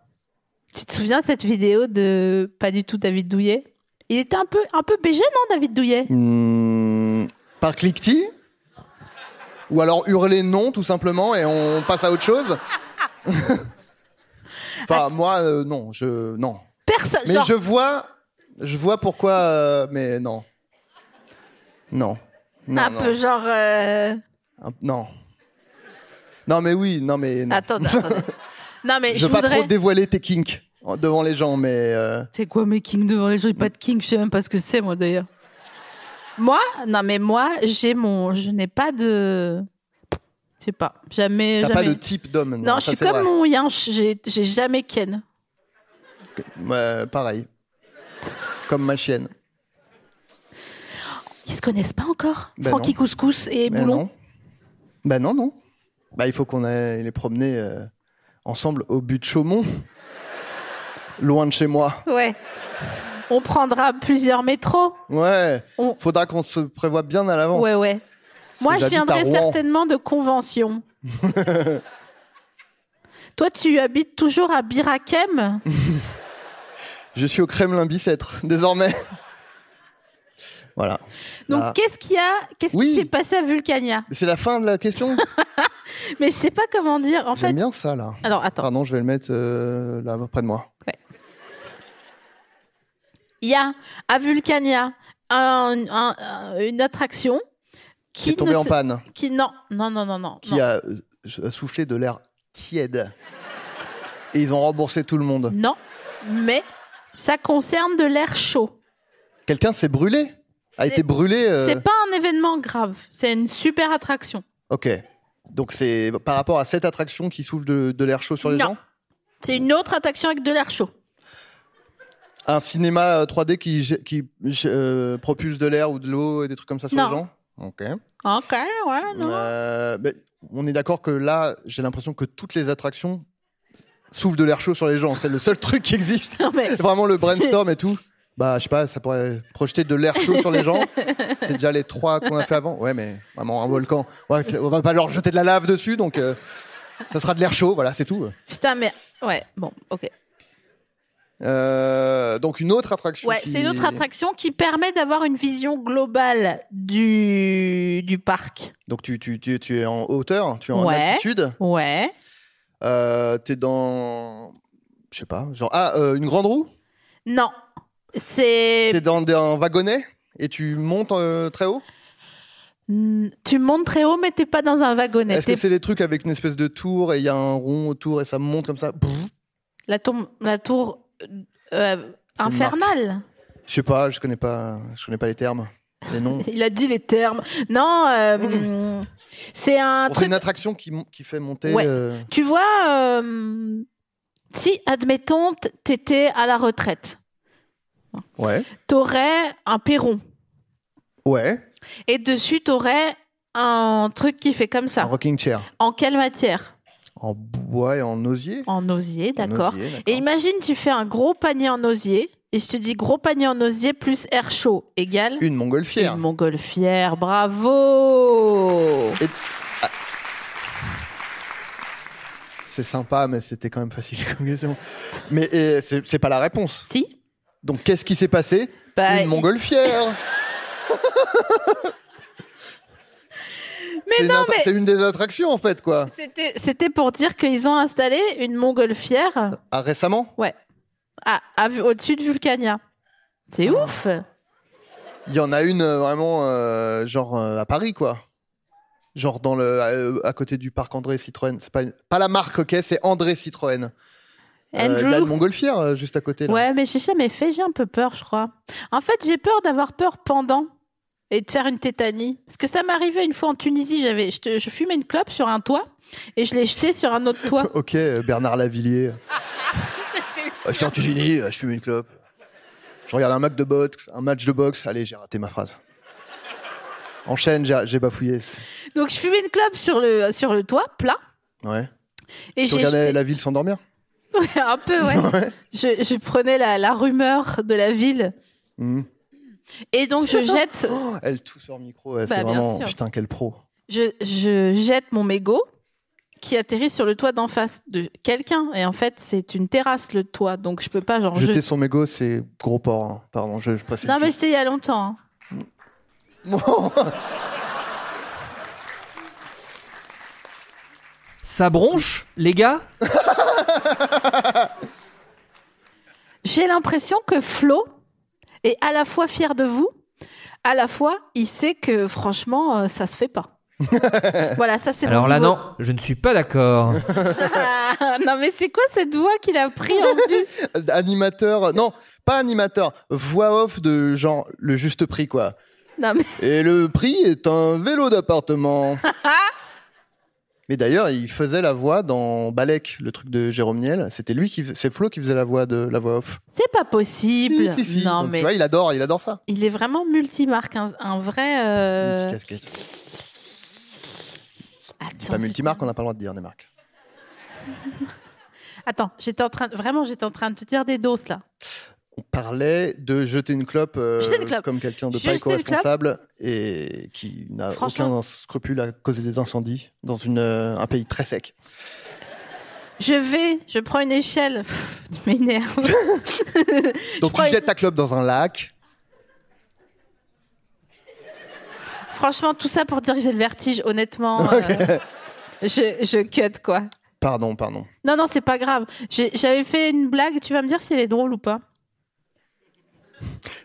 S4: Tu te souviens cette vidéo de pas du tout David Douillet Il était un peu, un peu BG non David Douillet
S5: Hmm, par cliquetis Ou alors hurler non, tout simplement, et on passe à autre chose Enfin, moi, euh, non, je. Non.
S4: Personne.
S5: Mais
S4: genre-
S5: je vois, je vois pourquoi, euh, mais non, non, non,
S4: un
S5: non.
S4: peu genre. euh,
S5: Un- non, non, mais oui, non, mais non.
S4: Attendez, attendez. Non, mais
S5: je,
S4: je
S5: veux pas
S4: voudrais.
S5: trop dévoiler tes kinks en- devant les gens, mais euh,
S4: C'est quoi mes kings devant les gens J'ai Pas de king, je sais même pas ce que c'est, moi d'ailleurs. Moi Non, mais moi, j'ai mon. Je n'ai pas de. Je sais pas. Jamais.
S5: t'as
S4: jamais.
S5: pas de type d'homme.
S4: non, je
S5: ça,
S4: suis
S5: c'est
S4: comme
S5: vrai.
S4: mon yinche. J'ai j'ai jamais Ken.
S5: Ouais, pareil, comme ma chienne.
S4: Ils se connaissent pas encore
S5: Ben
S4: Francky
S5: non.
S4: Couscous et
S5: Ben
S4: Boulon
S5: non, bah non, non. Bah il faut qu'on aille les promener euh, ensemble au but de Chaumont, loin de chez moi.
S4: Ouais. On prendra plusieurs métros.
S5: Ouais,
S4: On-
S5: faudra qu'on se prévoie bien à l'avance.
S4: Ouais, ouais.
S5: Parce
S4: Moi,
S5: que
S4: je
S5: j'habite à
S4: viendrai
S5: Rouen.
S4: certainement de convention. Toi, tu habites toujours à Birakem
S5: Je suis au Kremlin Bicêtre, désormais. voilà.
S4: Donc
S5: Ah.
S4: qu'est-ce qu'il y a Qu'est-ce
S5: Oui.
S4: qui s'est passé à Vulcania
S5: C'est la fin de la question
S4: Mais je sais pas comment dire. En fait,
S5: J'aime bien ça, là.
S4: alors attends,
S5: Pardon, je vais le mettre euh, là, près de moi.
S4: il y a à Vulcania un- un- un- une attraction
S5: Qui
S4: qui
S5: est tombé
S4: ne
S5: en
S4: se-
S5: panne,
S4: qui non non non non non.
S5: qui
S4: non.
S5: a euh, a soufflé de l'air tiède. Et ils ont remboursé tout le monde.
S4: Non, mais ça concerne de l'air chaud.
S5: Quelqu'un s'est brûlé A
S4: C'est-
S5: été brûlé euh,
S4: C'est pas un événement grave. C'est une super attraction.
S5: Ok. Donc c'est par rapport à cette attraction qui souffle de, de l'air chaud sur les
S4: Non.
S5: gens
S4: C'est une autre attraction avec de l'air chaud.
S5: Un cinéma euh, 3D qui, gé- qui gé- euh, propulse de l'air ou de l'eau et des trucs comme ça sur
S4: Non.
S5: les gens Ok.
S4: Ok, ouais, non.
S5: Euh, ben, on est d'accord que là, j'ai l'impression que toutes les attractions soufflent de l'air chaud sur les gens. C'est le seul truc qui existe.
S4: Non, mais
S5: Vraiment le brainstorm et tout. Bah, je sais pas, ça pourrait projeter de l'air chaud sur les gens. C'est déjà les trois qu'on a fait avant. Ouais, mais vraiment un volcan. Ouais, on va pas leur jeter de la lave dessus, donc euh, ça sera de l'air chaud. Voilà, c'est tout.
S4: putain, mais ouais, bon, ok.
S5: Euh, donc une autre attraction.
S4: Ouais,
S5: qui-
S4: c'est une autre attraction qui permet d'avoir une vision globale du, du parc.
S5: Donc tu, tu, tu, tu es en hauteur, tu es en
S4: Ouais.
S5: altitude.
S4: Ouais.
S5: Euh, T'es dans, je sais pas, genre ah euh, une grande roue.
S4: Non. C'est.
S5: T'es dans des- un wagonnet et tu montes euh, très haut.
S4: Mm, Tu montes très haut, mais t'es pas dans un wagonnet.
S5: Est-ce que
S4: T'es-
S5: c'est des trucs avec une espèce de tour et il y a un rond autour et ça monte comme ça Pff,
S4: La tour, la tour euh, euh,
S5: C'est une marque.
S4: infernale.
S5: Je sais pas, je connais pas, je connais pas les termes, les noms. Bon,
S4: Il a dit les termes. Non, euh, mm, c'est un
S5: c'est
S4: truc.
S5: une attraction qui, mon- qui fait monter.
S4: Ouais.
S5: euh,
S4: Tu vois, euh, si admettons t- t'étais à la retraite,
S5: ouais.
S4: t'aurais un perron
S5: Ouais.
S4: et dessus t'aurais un truc qui fait comme
S5: Un
S4: ça.
S5: rocking chair
S4: En quelle matière
S5: en bois et en osier.
S4: En osier,
S5: En
S4: d'accord.
S5: osier, d'accord.
S4: Et imagine, tu fais un gros panier en osier, et je te dis gros panier en osier plus air chaud égale
S5: Une montgolfière.
S4: une montgolfière. Bravo
S5: C'est sympa, mais c'était quand même facile comme question. Mais et c'est c'est pas la réponse.
S4: Si
S5: Donc qu'est-ce qui s'est passé
S4: Bah,
S5: Une montgolfière.
S4: Mais
S5: C'est une
S4: non,
S5: attra-
S4: mais
S5: c'est une des attractions en fait quoi.
S4: c'était- c'était pour dire qu'ils ont installé une montgolfière
S5: Ah, récemment,
S4: à- à- au-dessus de Vulcania. C'est ouf
S5: il y en a une euh, vraiment euh, genre euh, à Paris quoi. Genre dans le euh, à côté du parc André Citroën. C'est pas une- pas la marque ok, c'est André Citroën. Euh, Il y a une
S4: Andrew
S5: montgolfière euh, juste à côté. Là.
S4: Ouais, mais j'ai jamais fait, j'ai un peu peur, je crois. En fait, j'ai peur d'avoir peur pendant et de faire une tétanie. Parce que ça m'est arrivé une fois en Tunisie, j'avais, je, te- je fumais une clope sur un toit et je l'ai jetée sur un autre toit.
S5: Ok, euh, Bernard Lavillier. Euh, J'étais en Tunisie, euh, je fume une clope. Je regarde un match de boxe, un match de boxe. Allez, j'ai raté ma phrase. Enchaîne, j'ai j'ai bafouillé.
S4: Donc je fumais une clope sur le, sur le toit, plat.
S5: Ouais.
S4: Et
S5: Tu
S4: j'ai
S5: regardais
S4: jeté-
S5: la ville s'endormir
S4: Ouais, un peu, ouais. Je, je prenais la, la rumeur de la ville.
S5: Mhm.
S4: Et donc je jette,
S5: Oh, Elle tousse sur le micro, ouais,
S4: Bah,
S5: c'est
S4: bien
S5: vraiment.
S4: sûr.
S5: Putain, quel pro.
S4: je, je jette mon mégot qui atterrit sur le toit d'en face de quelqu'un. Et en fait, c'est une terrasse le toit, donc je peux pas genre
S5: Jeter
S4: je-
S5: son mégot, c'est gros porc. hein. Pardon, je, je précise.
S4: Non mais c'était il y a longtemps. hein.
S1: Ça bronche, les gars
S4: J'ai l'impression que Flo est à la fois fier de vous, à la fois il sait que franchement euh, ça se fait pas. voilà, ça c'est mon
S1: Alors là,
S4: niveau.
S1: non, je ne suis pas d'accord.
S4: Ah, non mais c'est quoi cette voix qu'il a pris en plus
S5: Animateur, non, pas animateur, voix off de genre le juste prix, quoi.
S4: Non mais Ah.
S5: Et le prix est un vélo d'appartement. Mais d'ailleurs, il faisait la voix dans Balek, le truc de Jérôme Niel. C'était lui qui, c'est Flo qui faisait la voix de la voix off.
S4: c'est pas possible.
S5: Si, si, si.
S4: Non
S5: Donc,
S4: mais
S5: Tu vois, il adore, il adore ça.
S4: il est vraiment multimarque, un, un vrai.
S5: Une
S4: euh,
S5: petite casquette.
S4: Attends,
S5: C'est pas
S4: c'est
S5: multimarque, on n'a pas le droit de dire des marques.
S4: quoi Attends, j'étais en train, vraiment j'étais en train de te dire des doses là.
S5: On parlait de jeter une clope, euh,
S4: Jeter une clope.
S5: comme quelqu'un de
S4: Jeter
S5: pas
S4: une clope.
S5: éco-responsable et qui n'a
S4: Franchement.
S5: aucun scrupule à causer des incendies dans une, euh, un pays très sec.
S4: Je vais, je prends une échelle. Pff, tu m'énerves.
S5: Donc tu
S4: crois-
S5: jettes ta clope dans un lac.
S4: Franchement, tout ça pour dire que j'ai le vertige, honnêtement. euh, je, je cut, quoi.
S5: Pardon, pardon.
S4: Non, non, c'est pas grave. J'ai- J'avais fait une blague, tu vas me dire si elle est drôle ou pas.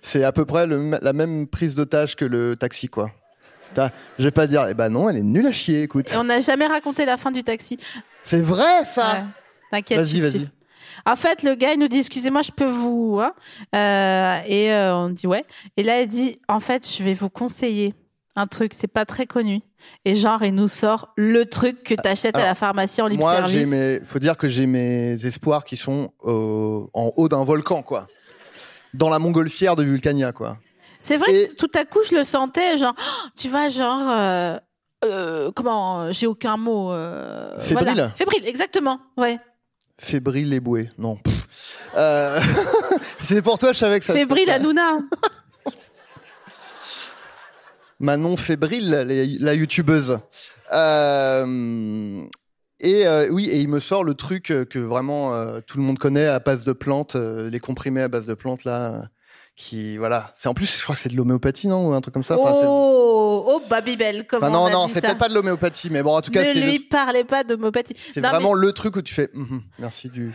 S5: C'est à peu près le m- la même prise d'otage que le taxi, quoi. T'as- Je vais pas dire, eh ben non, elle est nulle à chier, écoute.
S4: Et on n'a jamais raconté la fin du taxi.
S5: C'est vrai,
S4: Ouais.
S5: ça
S4: T'inquiète,
S5: Ah. Vas-y,
S4: tu me
S5: vas-y.
S4: suis. En fait, le gars, il nous dit Excusez-moi, je peux vous. hein Euh, et euh, on dit Ouais. Et là, il dit En fait, je vais vous conseiller un truc, c'est pas très connu. Et genre, il nous sort le truc que t'achètes à
S5: Alors,
S4: la pharmacie en libre
S5: Moi, j'ai
S4: service.
S5: mes, faut dire que j'ai mes espoirs qui sont euh, en haut d'un volcan, quoi. Dans la montgolfière de Vulcania, quoi.
S4: C'est vrai
S5: Et-
S4: que tout à coup, je le sentais, genre, oh, tu vois, genre, euh, euh, comment, euh, j'ai aucun mot. euh,
S5: Fébrile.
S4: voilà. Fébrile, exactement, ouais.
S5: Fébrile et bouée. Non. Pff. Euh, c'est pour toi, je savais que ça.
S4: Fébrile Hanouna.
S5: Manon Fébrile, la- la youtubeuse. Euh, et euh, oui, et il me sort le truc euh, que vraiment euh, tout le monde connaît à base de plantes, euh, les comprimés à base de plantes là, euh, qui voilà. C'est en plus, je crois que c'est de l'homéopathie, non, ou un truc comme ça. Enfin, c'est-
S4: oh, oh, Babybel, comment
S5: Enfin,
S4: on
S5: non,
S4: a
S5: non,
S4: dit
S5: c'est
S4: ça.
S5: peut-être pas de l'homéopathie, mais bon, en tout cas,
S4: ne
S5: c'est le-
S4: lui parlez pas d'homéopathie.
S5: c'est
S4: Non, mais-
S5: vraiment le truc où tu fais. Mhm, merci du,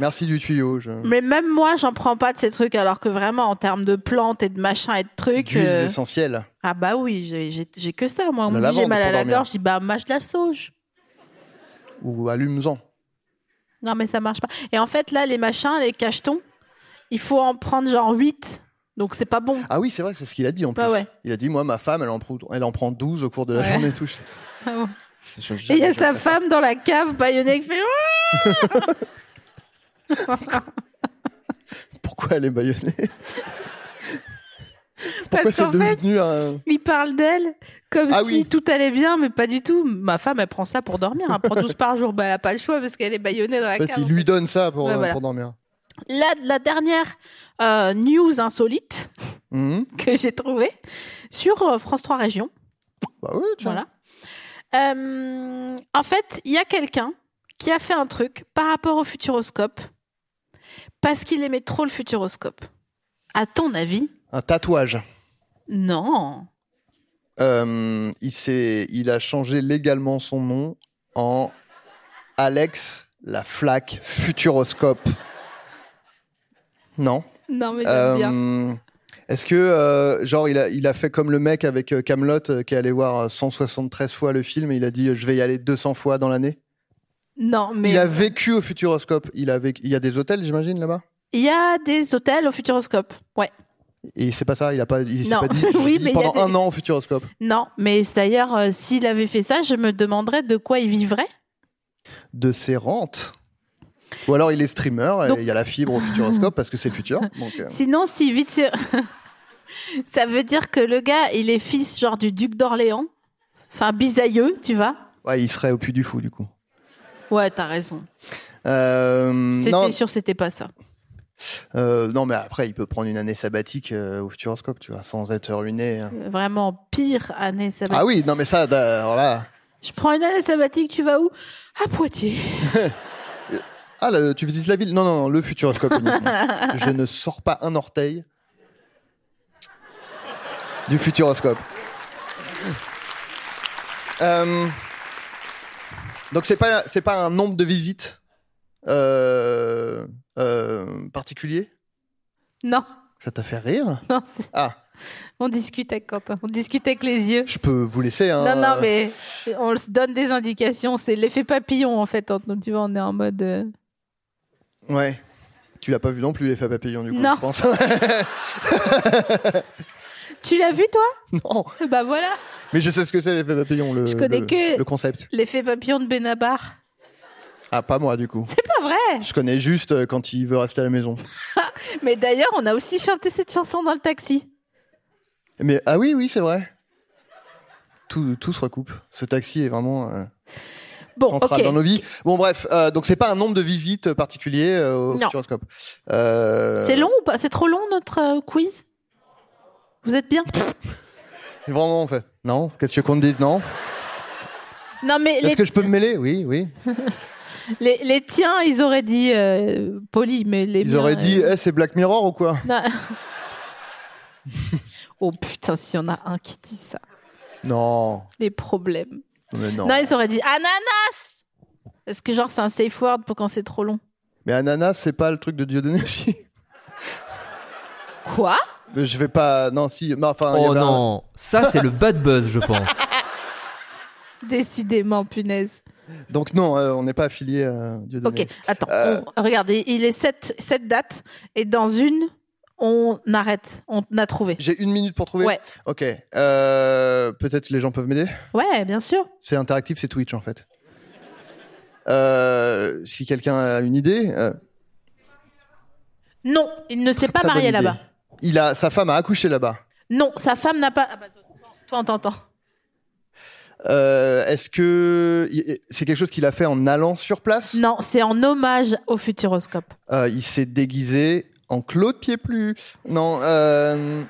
S5: merci du tuyau. Je...
S4: Mais même moi, j'en prends pas de ces trucs, alors que vraiment, en termes de plantes et de machins et de trucs.
S5: D'huiles
S4: euh,
S5: essentielles.
S4: Ah bah oui, j'ai- j'ai j'ai que ça. Moi, on me dit
S5: La
S4: j'ai
S5: lavande
S4: mal à
S5: pour
S4: la
S5: dormir.
S4: gorge, je dis bah mâche de la sauge.
S5: ou allume-en.
S4: Non mais ça marche pas. Et en fait, là, les machins, les cachetons, il faut en prendre genre 8. Donc c'est pas bon.
S5: Ah oui, c'est vrai, c'est ce qu'il a dit en plus.
S4: Bah ouais.
S5: Il a dit, moi, ma femme, elle en, prou- elle en prend 12 au cours de la
S4: Ouais.
S5: journée. et Tout.
S4: Ah bon.
S5: C'est- je-
S4: Et il y a
S5: jamais-
S4: sa femme dans la cave, baïonnée, qui fait oh, Ah
S5: Pourquoi elle est baïonnée Pourquoi
S4: Parce
S5: c'est
S4: qu'en fait,
S5: devenu un...
S4: il parle d'elle comme
S5: Ah
S4: si
S5: oui.
S4: tout allait bien, mais pas du tout. Ma femme, elle prend ça pour dormir. Elle prend 12 par jour. Bah, elle a pas le choix parce qu'elle est baïonnée dans la
S5: En fait,
S4: cave.
S5: il lui donne ça pour,
S4: Ouais,
S5: euh,
S4: voilà.
S5: pour dormir.
S4: La, la dernière euh, news insolite
S5: Mhm.
S4: que j'ai trouvée sur euh, France 3 Région.
S5: Bah oui, tiens.
S4: Voilà. Euh, en fait, il y a quelqu'un qui a fait un truc par rapport au futuroscope parce qu'il aimait trop le futuroscope. À ton avis
S5: Un tatouage.
S4: Non.
S5: Euh, il, s'est- il a changé légalement son nom en Alex la flaque futuroscope. Non
S4: Non, mais
S5: Euh, Est-ce que, euh, genre, il a, il a fait comme le mec avec euh, Camelot qui est allé voir euh, 173 fois le film et il a dit euh, je vais y aller 200 fois dans l'année
S4: Non, mais euh,
S5: Il a vécu au Futuroscope. Il, a vécu- il y a des hôtels, j'imagine, là-bas
S4: il y a des hôtels au futuroscope. Ouais.
S5: Et c'est pas ça, il a pas, il s'est
S4: Non.
S5: pas dit je
S4: Oui,
S5: vis
S4: mais il y a
S5: pendant
S4: des-
S5: un an au Futuroscope.
S4: Non, mais c'est d'ailleurs, euh, s'il avait fait ça, je me demanderais de quoi il vivrait.
S5: De ses rentes. Ou alors il est streamer et
S4: Donc-
S5: il y a la fibre au Futuroscope parce que c'est le futur. Donc, euh,
S4: Sinon, si vite, c'est- ça veut dire que le gars, il est fils genre du duc d'Orléans. Enfin, bisailleux, tu vois.
S5: ouais, il serait au puits du fou, du coup.
S4: Ouais, t'as raison.
S5: Euh, non,
S4: C'était sûr, c'était pas ça.
S5: euh, non, mais après, il peut prendre une année sabbatique euh, au Futuroscope, tu vois, sans être ruiné. hein.
S4: Vraiment pire année sabbatique.
S5: Ah oui, non, mais ça, d'a- alors là.
S4: Je prends une année sabbatique, tu vas où À Poitiers.
S5: Ah, le- tu visites la ville Non, non, non, le Futuroscope. uniquement. Je ne sors pas un orteil du Futuroscope. Euh, donc c'est pas c'est pas un nombre de visites euh, euh, particulier.
S4: Non,
S5: Ça t'a fait rire
S4: non, c'est-
S5: Ah,
S4: on discute avec Quentin. On discute avec les yeux.
S5: je peux vous laisser. hein.
S4: Non, non, mais on se donne des indications. C'est l'effet papillon, en fait. Hein. Donc, tu vois, on est en mode. euh,
S5: Ouais. Tu l'as pas vu non plus, l'effet papillon, du coup,
S4: Non.
S5: je pense.
S4: Tu l'as vu, toi
S5: non,
S4: Bah voilà.
S5: mais je sais ce que c'est l'effet papillon, le,
S4: Je connais
S5: Euh, le-
S4: que-
S5: le concept.
S4: L'effet papillon de Benabar.
S5: Ah, pas moi, du coup.
S4: C'est pas vrai.
S5: Je connais juste euh, quand il veut rester à la maison.
S4: Mais d'ailleurs, on a aussi chanté cette chanson dans le taxi.
S5: Mais ah oui, oui, c'est vrai. Tout, tout se recoupe. Ce taxi est vraiment euh,
S4: Bon,
S5: central
S4: ok.
S5: dans nos vies. Bon, bref, euh, donc c'est pas un nombre de visites particulier euh, au
S4: Non.
S5: Futuroscope. Euh,
S4: C'est long ou pas C'est trop long, notre euh, quiz Vous êtes bien
S5: Vraiment, en fait. Non Qu'est-ce que qu'on te dise Non
S4: Non, mais
S5: Est-ce
S4: les
S5: que je peux me mêler Oui, oui.
S4: Les, les tiens, ils auraient dit euh, poli, mais les
S5: Ils
S4: miens,
S5: auraient dit,
S4: euh,
S5: Eh, c'est Black Mirror ou quoi
S4: non. oh putain, s'il y en a un qui dit ça,
S5: Non.
S4: les problèmes.
S5: Mais non.
S4: Non, ils auraient dit ananas. Parce que genre c'est un safe word pour quand c'est trop long.
S5: Mais Ananas, c'est pas le truc de Dieudonné aussi.
S4: Quoi
S5: Mais Je vais pas. Non, si. non, enfin, Ah, il y
S1: Oh
S5: avait un-
S1: non, ça c'est le bad buzz, je pense.
S4: Décidément, punaise.
S5: Donc, non, euh, on n'est pas affilié à Dieudonné.
S4: Ok, attends.
S5: Euh.
S4: on- regardez, il est sept, sept dates et dans une, on arrête. On a trouvé.
S5: J'ai une minute pour trouver
S4: Ouais.
S5: Ok. Euh, Peut-être les gens peuvent m'aider
S4: Ouais, bien sûr.
S5: C'est interactif, c'est Twitch en fait. Euh, si quelqu'un a une idée, euh,
S4: Non, il ne s'est
S5: très,
S4: pas
S5: très bonne
S4: marié
S5: idée.
S4: là-bas.
S5: Il a, sa femme a accouché là-bas.
S4: Non, sa femme n'a pas. Ah bah, toi, on t'entend.
S5: Euh, Est-ce que il- c'est quelque chose qu'il a fait en allant sur place
S4: Non, c'est en hommage au Futuroscope.
S5: Euh, Il s'est déguisé en Claude Pieplu Non. euh,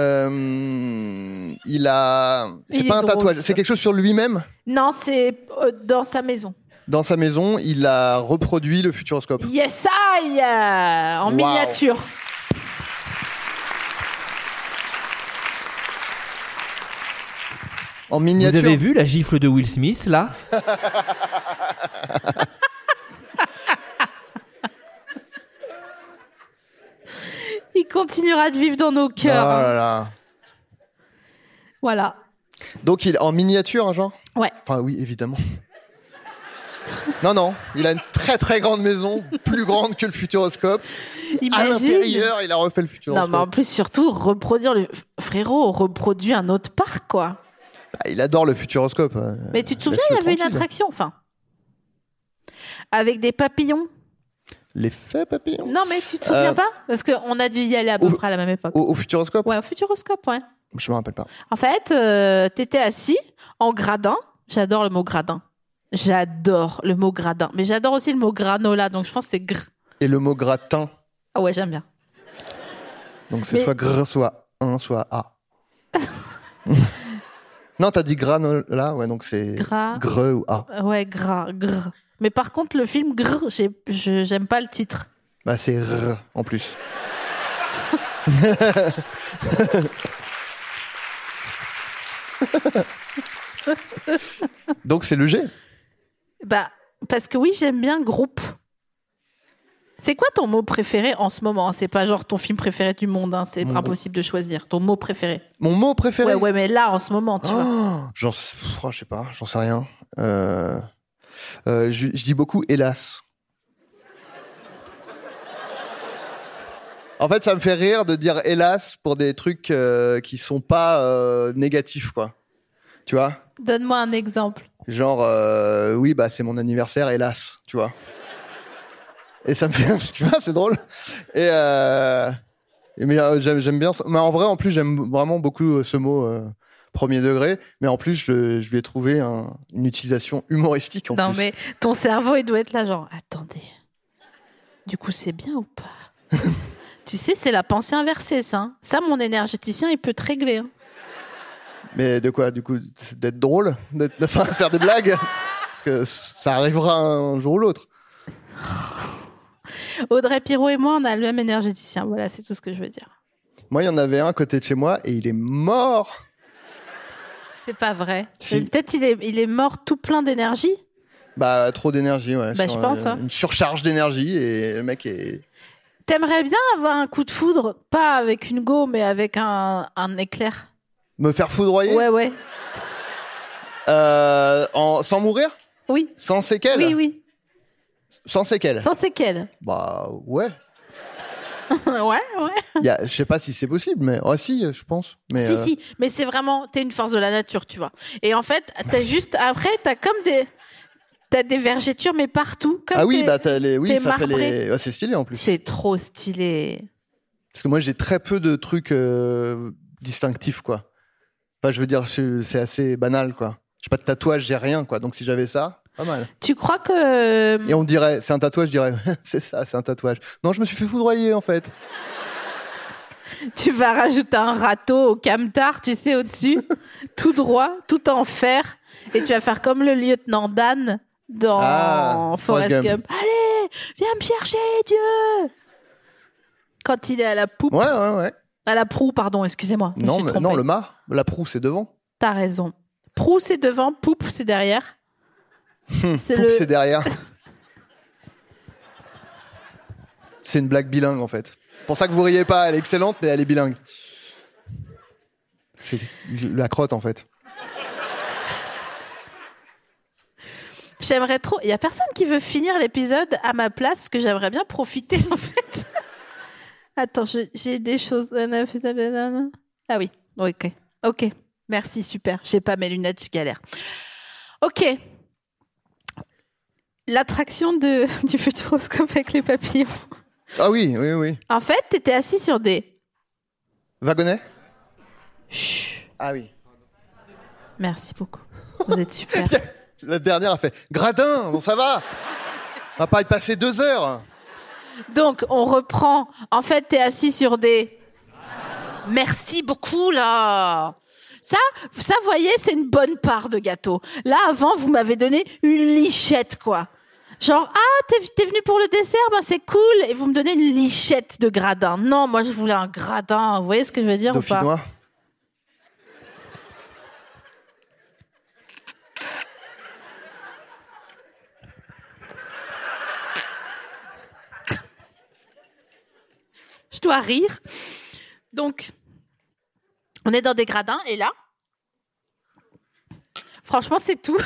S5: euh, il a. C'est
S4: Il
S5: pas
S4: est
S5: un
S4: drôle,
S5: tatouage.
S4: ça.
S5: C'est quelque chose sur lui-même.
S4: Non, c'est euh, dans sa maison.
S5: Dans sa maison, il a reproduit le futuroscope.
S4: Yes, I euh, En
S5: Wow.
S4: miniature.
S5: En
S1: Vous
S5: miniature.
S1: avez vu la gifle de Will Smith là
S4: Il continuera de vivre dans nos
S5: Oh
S4: cœurs.
S5: là là.
S4: Voilà.
S5: Donc il en miniature, hein, genre
S4: Ouais.
S5: Enfin oui, évidemment. non, non, il a une très très grande maison, plus grande que le futuroscope. À
S4: Imagine.
S5: l'intérieur, il a refait le
S4: Non,
S5: futuroscope.
S4: mais en plus, surtout, reproduire le. Frérot, on reproduit un autre parc, quoi.
S5: Ah, il adore le futuroscope. euh,
S4: Mais tu te souviens,
S5: laisse-le
S4: il y avait une
S5: tranquille.
S4: attraction, enfin. Avec des papillons.
S5: L'effet papillon.
S4: Non, mais tu te souviens
S5: Euh,
S4: pas Parce qu'on a dû y aller à peu
S5: au-
S4: près à la même époque.
S5: Au, au futuroscope
S4: Ouais, au Futuroscope, ouais.
S5: Je me rappelle pas.
S4: En fait, euh, t'étais assis en gradin. J'adore le mot gradin. J'adore le mot gradin. Mais j'adore aussi le mot granola, donc je pense que c'est gr.
S5: Et le mot gratin,
S4: Ah ouais, j'aime bien.
S5: donc c'est
S4: Mais-
S5: soit gr, soit un, soit a. non, t'as dit granola, ouais, donc c'est
S4: Gra.
S5: gre ou a.
S4: Euh, Ouais, gras, gr. Mais par contre, le film gr, j'ai- je- j'aime pas le titre.
S5: Bah c'est r en plus. Donc c'est le G.
S4: Bah, parce que oui, j'aime bien groupe. C'est quoi ton mot préféré en ce moment hein C'est pas genre ton film préféré du monde, hein, c'est
S5: Mon-
S4: impossible de choisir. Ton mot préféré.
S5: Mon mot préféré.
S4: Ouais, ouais, mais là, en ce moment, tu vois.
S5: Oh, j'en sais- pff, oh, je sais pas, j'en sais rien. Euh, euh, je, je dis beaucoup hélas. En fait, ça me fait rire de dire hélas pour des trucs euh, qui sont pas euh, négatifs, quoi. Tu vois
S4: Donne-moi un exemple.
S5: Genre, euh, oui, bah, c'est mon anniversaire, hélas, tu vois. Et ça me fait, tu vois, c'est drôle. Et, euh, et mais euh, j'aime, j'aime bien, ça. mais en vrai, en plus, j'aime vraiment beaucoup euh, ce mot euh, premier degré. Mais en plus, je, le- je lui ai trouvé un- une utilisation humoristique. En
S4: non,
S5: plus.
S4: mais ton cerveau, il doit être là, genre, attendez. Du coup, c'est bien ou pas Tu sais, c'est la pensée inversée, ça. hein. Ça, mon énergéticien, il peut te régler. hein.
S5: Mais de quoi, du coup, d'être drôle, d'être, de faire faire des blagues, parce que ça arrivera un jour ou l'autre.
S4: Audrey Pirot et moi, on a le même énergéticien. Voilà, c'est tout ce que je veux dire.
S5: Moi, il y en avait un à côté de chez moi et il est mort.
S4: C'est pas vrai.
S5: Si.
S4: Mais Peut-être il est, il est mort tout plein d'énergie.
S5: Bah, trop d'énergie, ouais. euh,
S4: Bah, je pense, hein.
S5: Une surcharge d'énergie et le mec est.
S4: T'aimerais bien avoir un coup de foudre, pas avec une go, mais avec un, un éclair.
S5: Me faire foudroyer
S4: Ouais, ouais.
S5: Euh, en- Sans mourir
S4: Oui.
S5: Sans séquelles
S4: Oui, oui.
S5: Sans séquelles
S4: Sans séquelles.
S5: Bah ouais.
S4: ouais, ouais.
S5: Y a- Je sais pas si c'est possible, mais... Ah si, je pense. Mais, euh,
S4: Si, si. Mais c'est vraiment, t'es une force de la nature, tu vois. Et en fait, t'as juste, après, t'as comme des, t'as des vergetures, mais partout. Comme
S5: Ah oui,
S4: t'es-
S5: bah t'as les... oui
S4: t'es
S5: ça fait les...
S4: marbré.
S5: Ouais, c'est stylé en plus.
S4: C'est trop stylé.
S5: Parce que moi j'ai très peu de trucs euh, distinctifs, quoi. Enfin, je veux dire, c'est c'est assez banal, quoi. J'ai pas de tatouage, j'ai rien, quoi. Donc si j'avais ça, pas mal.
S4: Tu crois que.
S5: Et on me dirait, c'est un tatouage, je dirais, c'est ça, c'est un tatouage. Non, je me suis fait foudroyer, en fait.
S4: Tu vas rajouter un râteau au camtar, tu sais, au-dessus, tout droit, tout en fer. Et tu vas faire comme le lieutenant Dan dans
S5: Ah,
S4: Forrest
S5: Forrest
S4: Gump. Allez, viens me chercher, Dieu Quand il est à la poupe,
S5: Ouais, ouais, ouais.
S4: à la proue, pardon, excusez-moi. je me
S5: Non,
S4: suis
S5: mais-
S4: trompée.
S5: non, le mât, la proue, c'est devant.
S4: T'as raison. Proue, c'est devant, poupe, c'est derrière. c'est
S5: Hum, Poupe,
S4: le...
S5: c'est derrière. c'est une blague bilingue en fait. Pour ça que vous riez pas, elle est excellente, mais elle est bilingue. C'est la crotte en fait.
S4: J'aimerais trop. Il y a personne qui veut finir l'épisode à ma place parce que j'aimerais bien profiter en fait. Attends, je- j'ai des choses. Ah oui, ok, ok. Merci, super. J'ai pas mes lunettes, je galère. Ok. L'attraction de du futuroscope avec les papillons.
S5: Ah oui, oui, oui.
S4: En fait, t'étais assis sur des
S5: Wagonnet
S4: Chut.
S5: Ah oui.
S4: Merci beaucoup. Vous êtes super.
S5: La dernière a fait Gradin, bon ça va On va pas y passer deux heures
S4: Donc, on reprend. En fait, t'es assis sur des. Merci beaucoup, là. Ça, ça, voyez, c'est une bonne part de gâteau. Là, avant, vous m'avez donné une lichette, quoi. Genre, ah, t'es, t'es venu pour le dessert, ben c'est cool. Et vous me donnez une lichette de gradin. Non, moi, je voulais un gradin. Vous voyez ce que je veux dire ou pas
S5: Dauphinois.
S4: Je dois rire. Donc, on est dans des gradins et là, franchement, c'est tout.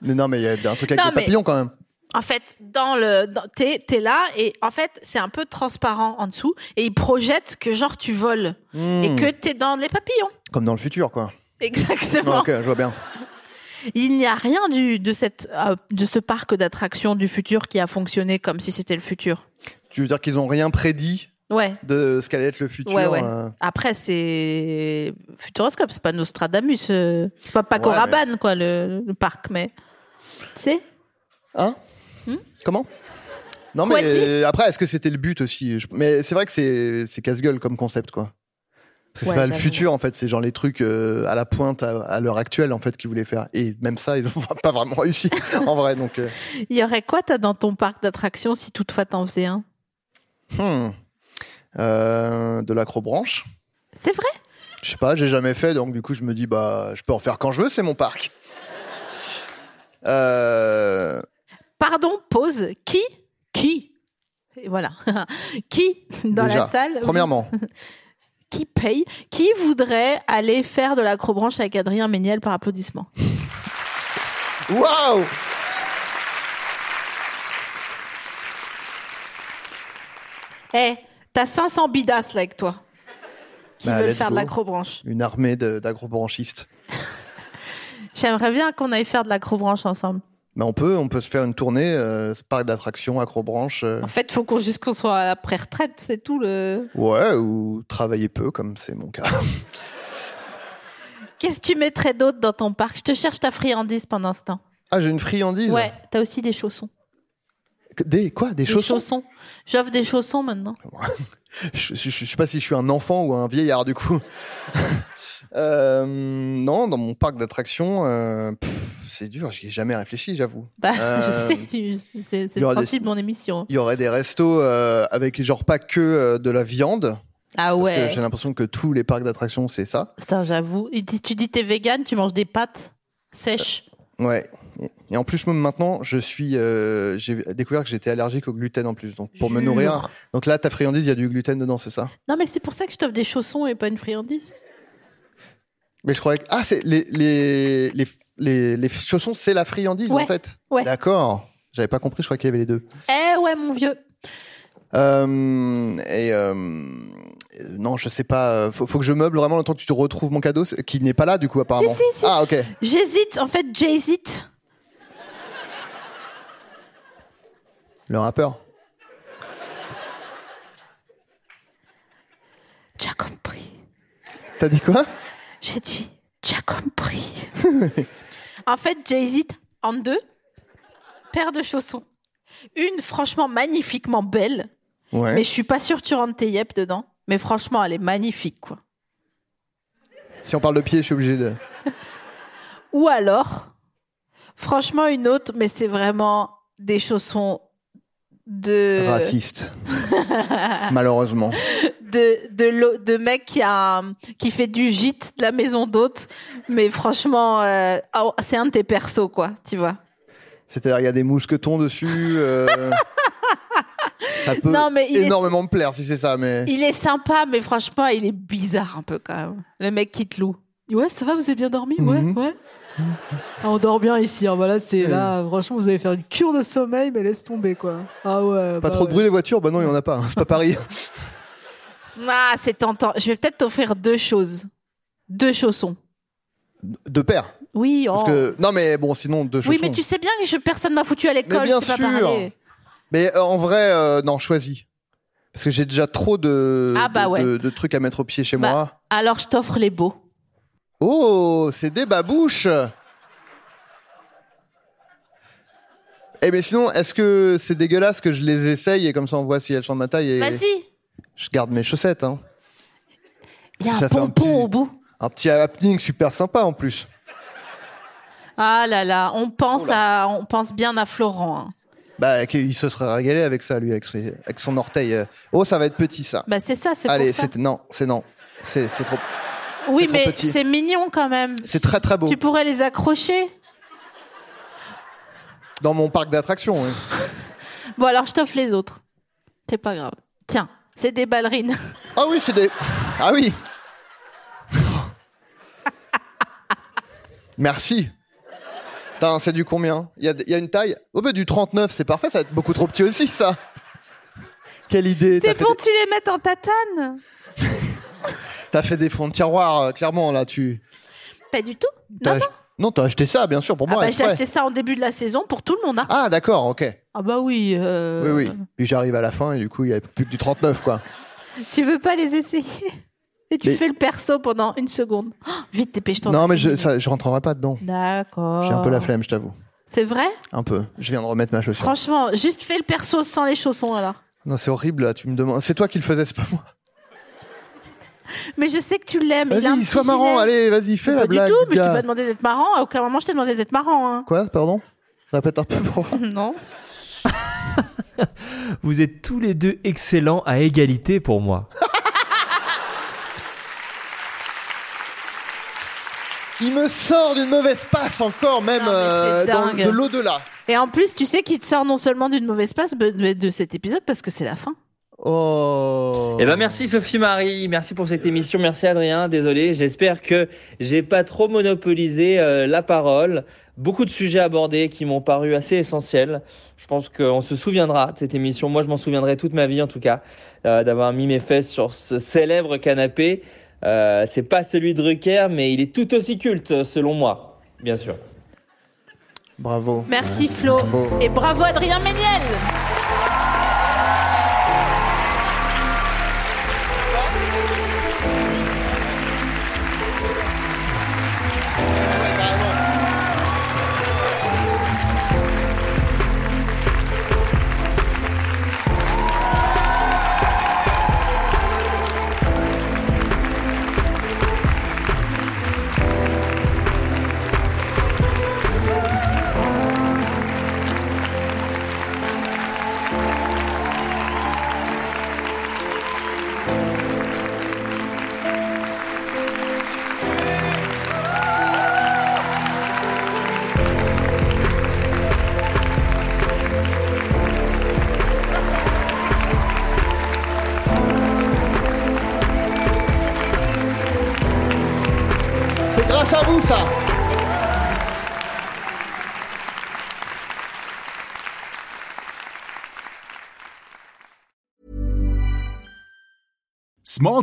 S5: Mais non, mais il y a un truc avec
S4: Non,
S5: des
S4: mais-
S5: papillons quand même.
S4: En fait, dans le, dans- t'es, t'es là et en fait, c'est un peu transparent en dessous et ils projettent que genre tu voles et
S5: Hmm.
S4: que t'es dans les papillons.
S5: Comme dans le futur, quoi.
S4: Exactement.
S5: Non, ok, je vois bien.
S4: Il n'y a rien du, de, cette, euh, de ce parc d'attractions du futur qui a fonctionné comme si c'était le futur.
S5: Tu veux dire qu'ils ont rien prédit
S4: Ouais.
S5: de ce qu'allait être le futur
S4: Ouais, ouais.
S5: euh,
S4: Après, c'est Futuroscope, c'est pas Nostradamus, euh, c'est pas Paco
S5: Ouais, mais-
S4: Rabanne, quoi, le, le parc, mais. C'est
S5: Hein Comment Non,
S4: Quoi
S5: mais euh, après, est-ce que c'était le but aussi Je- Mais c'est vrai que c'est c'est casse-gueule comme concept, quoi. Parce que c'est
S4: Ouais,
S5: pas le
S4: j'avoue.
S5: futur, en fait. C'est genre les trucs euh, à la pointe, à, à l'heure actuelle, en fait, qu'ils voulaient faire. Et même ça, ils n'ont pas vraiment réussi, en vrai. Donc, euh,
S4: Il y aurait quoi, toi, dans ton parc d'attractions si toutefois t'en faisais un
S5: hmm. Euh, de l'acrobranche.
S4: C'est vrai
S5: Je sais pas, j'ai jamais fait, donc du coup, je me dis, bah, je peux en faire quand je veux, c'est mon parc. Euh,
S4: Pardon, pause. Qui Qui Et Voilà. qui, dans
S5: déjà,
S4: la salle,
S5: Premièrement,
S4: qui paye Qui voudrait aller faire de l'acrobranche avec Adrien Méniel par applaudissement
S5: Waouh
S4: Eh, t'as 500 bidasses là avec toi qui
S5: Bah,
S4: veulent
S5: let's
S4: faire de
S5: go.
S4: l'acrobranche.
S5: Une armée de- d'agrobranchistes.
S4: J'aimerais bien qu'on aille faire de l'acrobranche ensemble.
S5: Mais Bah, on peut, on peut se faire une tournée, euh, ce parc d'attractions, acrobranche. euh,
S4: En fait, faut qu'on juste qu'on soit à l'après-retraite, c'est tout le.
S5: ouais, ou travailler peu, comme c'est mon cas.
S4: Qu'est-ce que tu mettrais d'autre dans ton parc Je te cherche ta friandise pendant ce temps.
S5: Ah, j'ai une friandise.
S4: Ouais, t'as aussi des chaussons.
S5: Que- Des quoi Des
S4: Des
S5: chaussons
S4: chaussons. J'offre des chaussons maintenant.
S5: je, je- je sais pas si je suis un enfant ou un vieillard, du coup. Euh, non, dans mon parc d'attractions, euh, pff, c'est dur, j'y ai jamais réfléchi, j'avoue.
S4: Bah,
S5: Euh,
S4: je sais, tu- c'est c'est
S5: il y
S4: le
S5: aura des-
S4: principe de mon émission.
S5: Il y aurait des restos euh, avec genre pas que euh, de la viande.
S4: Ah
S5: Parce
S4: ouais.
S5: que j'ai l'impression que tous les parcs d'attractions, c'est ça.
S4: Putain, j'avoue. Et tu- Tu dis t'es vegan, tu manges des pâtes sèches.
S5: Ouais. Et en plus, même maintenant, je suis, euh, j'ai découvert que j'étais allergique au gluten en plus. Donc, pour me nourrir. Donc là, ta friandise, il y a du gluten dedans, c'est ça
S4: Non, mais c'est pour ça que je t'offre des chaussons et pas une friandise.
S5: Mais je croyais que. Ah, c'est les, les, les, les, les chaussons, c'est la friandise
S4: Ouais.
S5: en fait.
S4: Ouais.
S5: D'accord. J'avais pas compris, je crois qu'il y avait les deux.
S4: Eh ouais, mon vieux.
S5: Euh, et euh, euh, non, je sais pas. euh, Faut, faut que je meuble vraiment le temps que tu te retrouves mon cadeau, c'est- qui n'est pas là du coup apparemment.
S4: si, si.
S5: Ah ok.
S4: J'hésite, en fait, j'hésite.
S5: Le rappeur.
S4: J'ai compris.
S5: T'as dit quoi
S4: J'ai dit, j'ai compris. en fait, j'hésite en deux paires de chaussons. Une, franchement, magnifiquement belle,
S5: Ouais.
S4: mais je suis pas sûre que tu rentres tes yep dedans. Mais franchement, elle est magnifique, quoi.
S5: Si on parle de pied, je suis obligé de.
S4: Ou alors, franchement, une autre, mais c'est vraiment des chaussons de.
S5: Raciste. Malheureusement.
S4: de de, l'au- de mec qui a un- qui fait du gîte de la maison d'hôte mais franchement euh, ah, c'est un de tes persos quoi tu vois
S5: C'est-à-dire, il y a des mousquetons dessus. euh, ça peut
S4: Non, mais il est-
S5: énormément me plaire si c'est ça, mais.
S4: il est sympa mais franchement il est bizarre un peu quand même le mec qui te loue ouais ça va vous avez bien dormi ouais
S5: Mhm.
S4: ouais Ah, on dort bien ici hein, voilà c'est
S5: Euh.
S4: là franchement vous allez faire une cure de sommeil mais laisse tomber quoi ah ouais
S5: Pas
S4: bah
S5: trop de
S4: ouais.
S5: bruit les voitures Bah non, il n'y en a pas. hein. C'est pas Paris.
S4: ah c'est tentant je vais peut-être t'offrir deux choses deux chaussons
S5: Deux paires.
S4: oui oh.
S5: Parce que... Non, mais bon, sinon, deux chaussons.
S4: oui mais tu sais bien que je- personne m'a foutu à l'école
S5: bien
S4: je sais pas
S5: sûr.
S4: parler.
S5: Mais, euh, en vrai, euh, non, choisis. Parce que j'ai déjà trop de,
S4: Ah bah
S5: de-
S4: ouais.
S5: de, de trucs à mettre au pied chez
S4: Bah.
S5: moi.
S4: Alors, je t'offre les beaux.
S5: Oh, c'est des babouches Eh mais sinon, est-ce que c'est dégueulasse que je les essaye et comme ça on voit si elles sont de ma taille et
S4: Vas-y.
S5: je garde mes chaussettes hein.
S4: Il y a
S5: Ça
S4: un
S5: fait un
S4: pompon
S5: petit-
S4: au bout.
S5: Un petit happening super sympa en plus.
S4: Ah là là, on pense, à, on pense bien à Florent. hein.
S5: Bah, qu'il se serait régalé avec ça, lui, avec, son- avec son orteil. euh. Oh, ça va être petit, ça.
S4: Bah, c'est ça, c'est
S5: Allez,
S4: pour ça.
S5: c'est non, c'est non, c'est c'est trop,
S4: Oui,
S5: trop
S4: mais
S5: petit.
S4: c'est mignon quand même.
S5: c'est très très beau
S4: Tu pourrais les accrocher.
S5: dans mon parc d'attractions. oui.
S4: Bon, alors, je t'offre les autres. C'est pas grave. Tiens, c'est des ballerines.
S5: Ah oui, c'est des, ah oui. Merci. Putain, c'est du combien Il y, a- il y a une taille Oh, bah du 39, c'est parfait, ça va être beaucoup trop petit aussi, ça. Quelle idée T'as
S4: C'est
S5: fait,
S4: pour
S5: des-
S4: que tu les mettes en tatane.
S5: t'as fait des fonds de tiroir, euh, clairement, là, tu...
S4: Pas du tout.
S5: t'as
S4: Non, non.
S5: ach- Non, t'as acheté ça, bien sûr, pour
S4: Ah
S5: moi.
S4: bah, j'ai
S5: exprès.
S4: acheté ça en début de la saison pour tout le monde. hein.
S5: Ah, d'accord, ok.
S4: Ah bah oui. euh,
S5: Oui, oui. Puis j'arrive à la fin et du coup, il n'y a plus que du 39, quoi.
S4: Tu veux pas les essayer Et tu
S5: Mais-
S4: fais le perso pendant une seconde. Oh, vite, dépêche-toi.
S5: Non, mais je, ça, je rentrerai pas dedans.
S4: D'accord.
S5: J'ai un peu la flemme, je t'avoue.
S4: C'est vrai
S5: Un peu. Je viens de remettre ma chaussure.
S4: Franchement, juste fais le perso sans les chaussons alors.
S5: Non, c'est horrible, là. Tu me demandes. C'est toi qui le faisais, c'est pas moi.
S4: Mais je sais que tu l'aimes. il a un
S5: Vas-y,
S4: petit
S5: sois marrant.
S4: gilet.
S5: Allez, vas-y, fais la
S4: Pas du
S5: blague.
S4: tout, mais je
S5: gars.
S4: t'ai pas demandé d'être marrant. À aucun moment je t'ai demandé d'être marrant. hein.
S5: Quoi, pardon Répète un peu pour
S4: Non.
S6: Vous êtes tous les deux excellents à égalité pour moi.
S5: Il me sort d'une mauvaise passe encore, même
S4: Non, mais c'est
S5: euh, dans-
S4: dingue.
S5: de l'au-delà.
S4: Et en plus, tu sais qu'il te sort non seulement d'une mauvaise passe, mais de cet épisode parce que c'est la fin.
S5: Oh.
S2: Eh ben merci Sophie Marie, merci pour cette émission, merci Adrien, désolé, j'espère que j'ai pas trop monopolisé euh, la parole. Beaucoup de sujets abordés qui m'ont paru assez essentiels. Je pense qu'on se souviendra de cette émission, moi je m'en souviendrai toute ma vie en tout cas, euh, d'avoir mis mes fesses sur ce célèbre canapé. Euh, C'est pas celui de Drucker, mais il est tout aussi culte selon moi, bien sûr.
S5: Bravo.
S4: Merci Flo.
S5: Bravo.
S4: Et bravo Adrien Méniel.
S5: C'est grâce à vous, ça.
S7: Small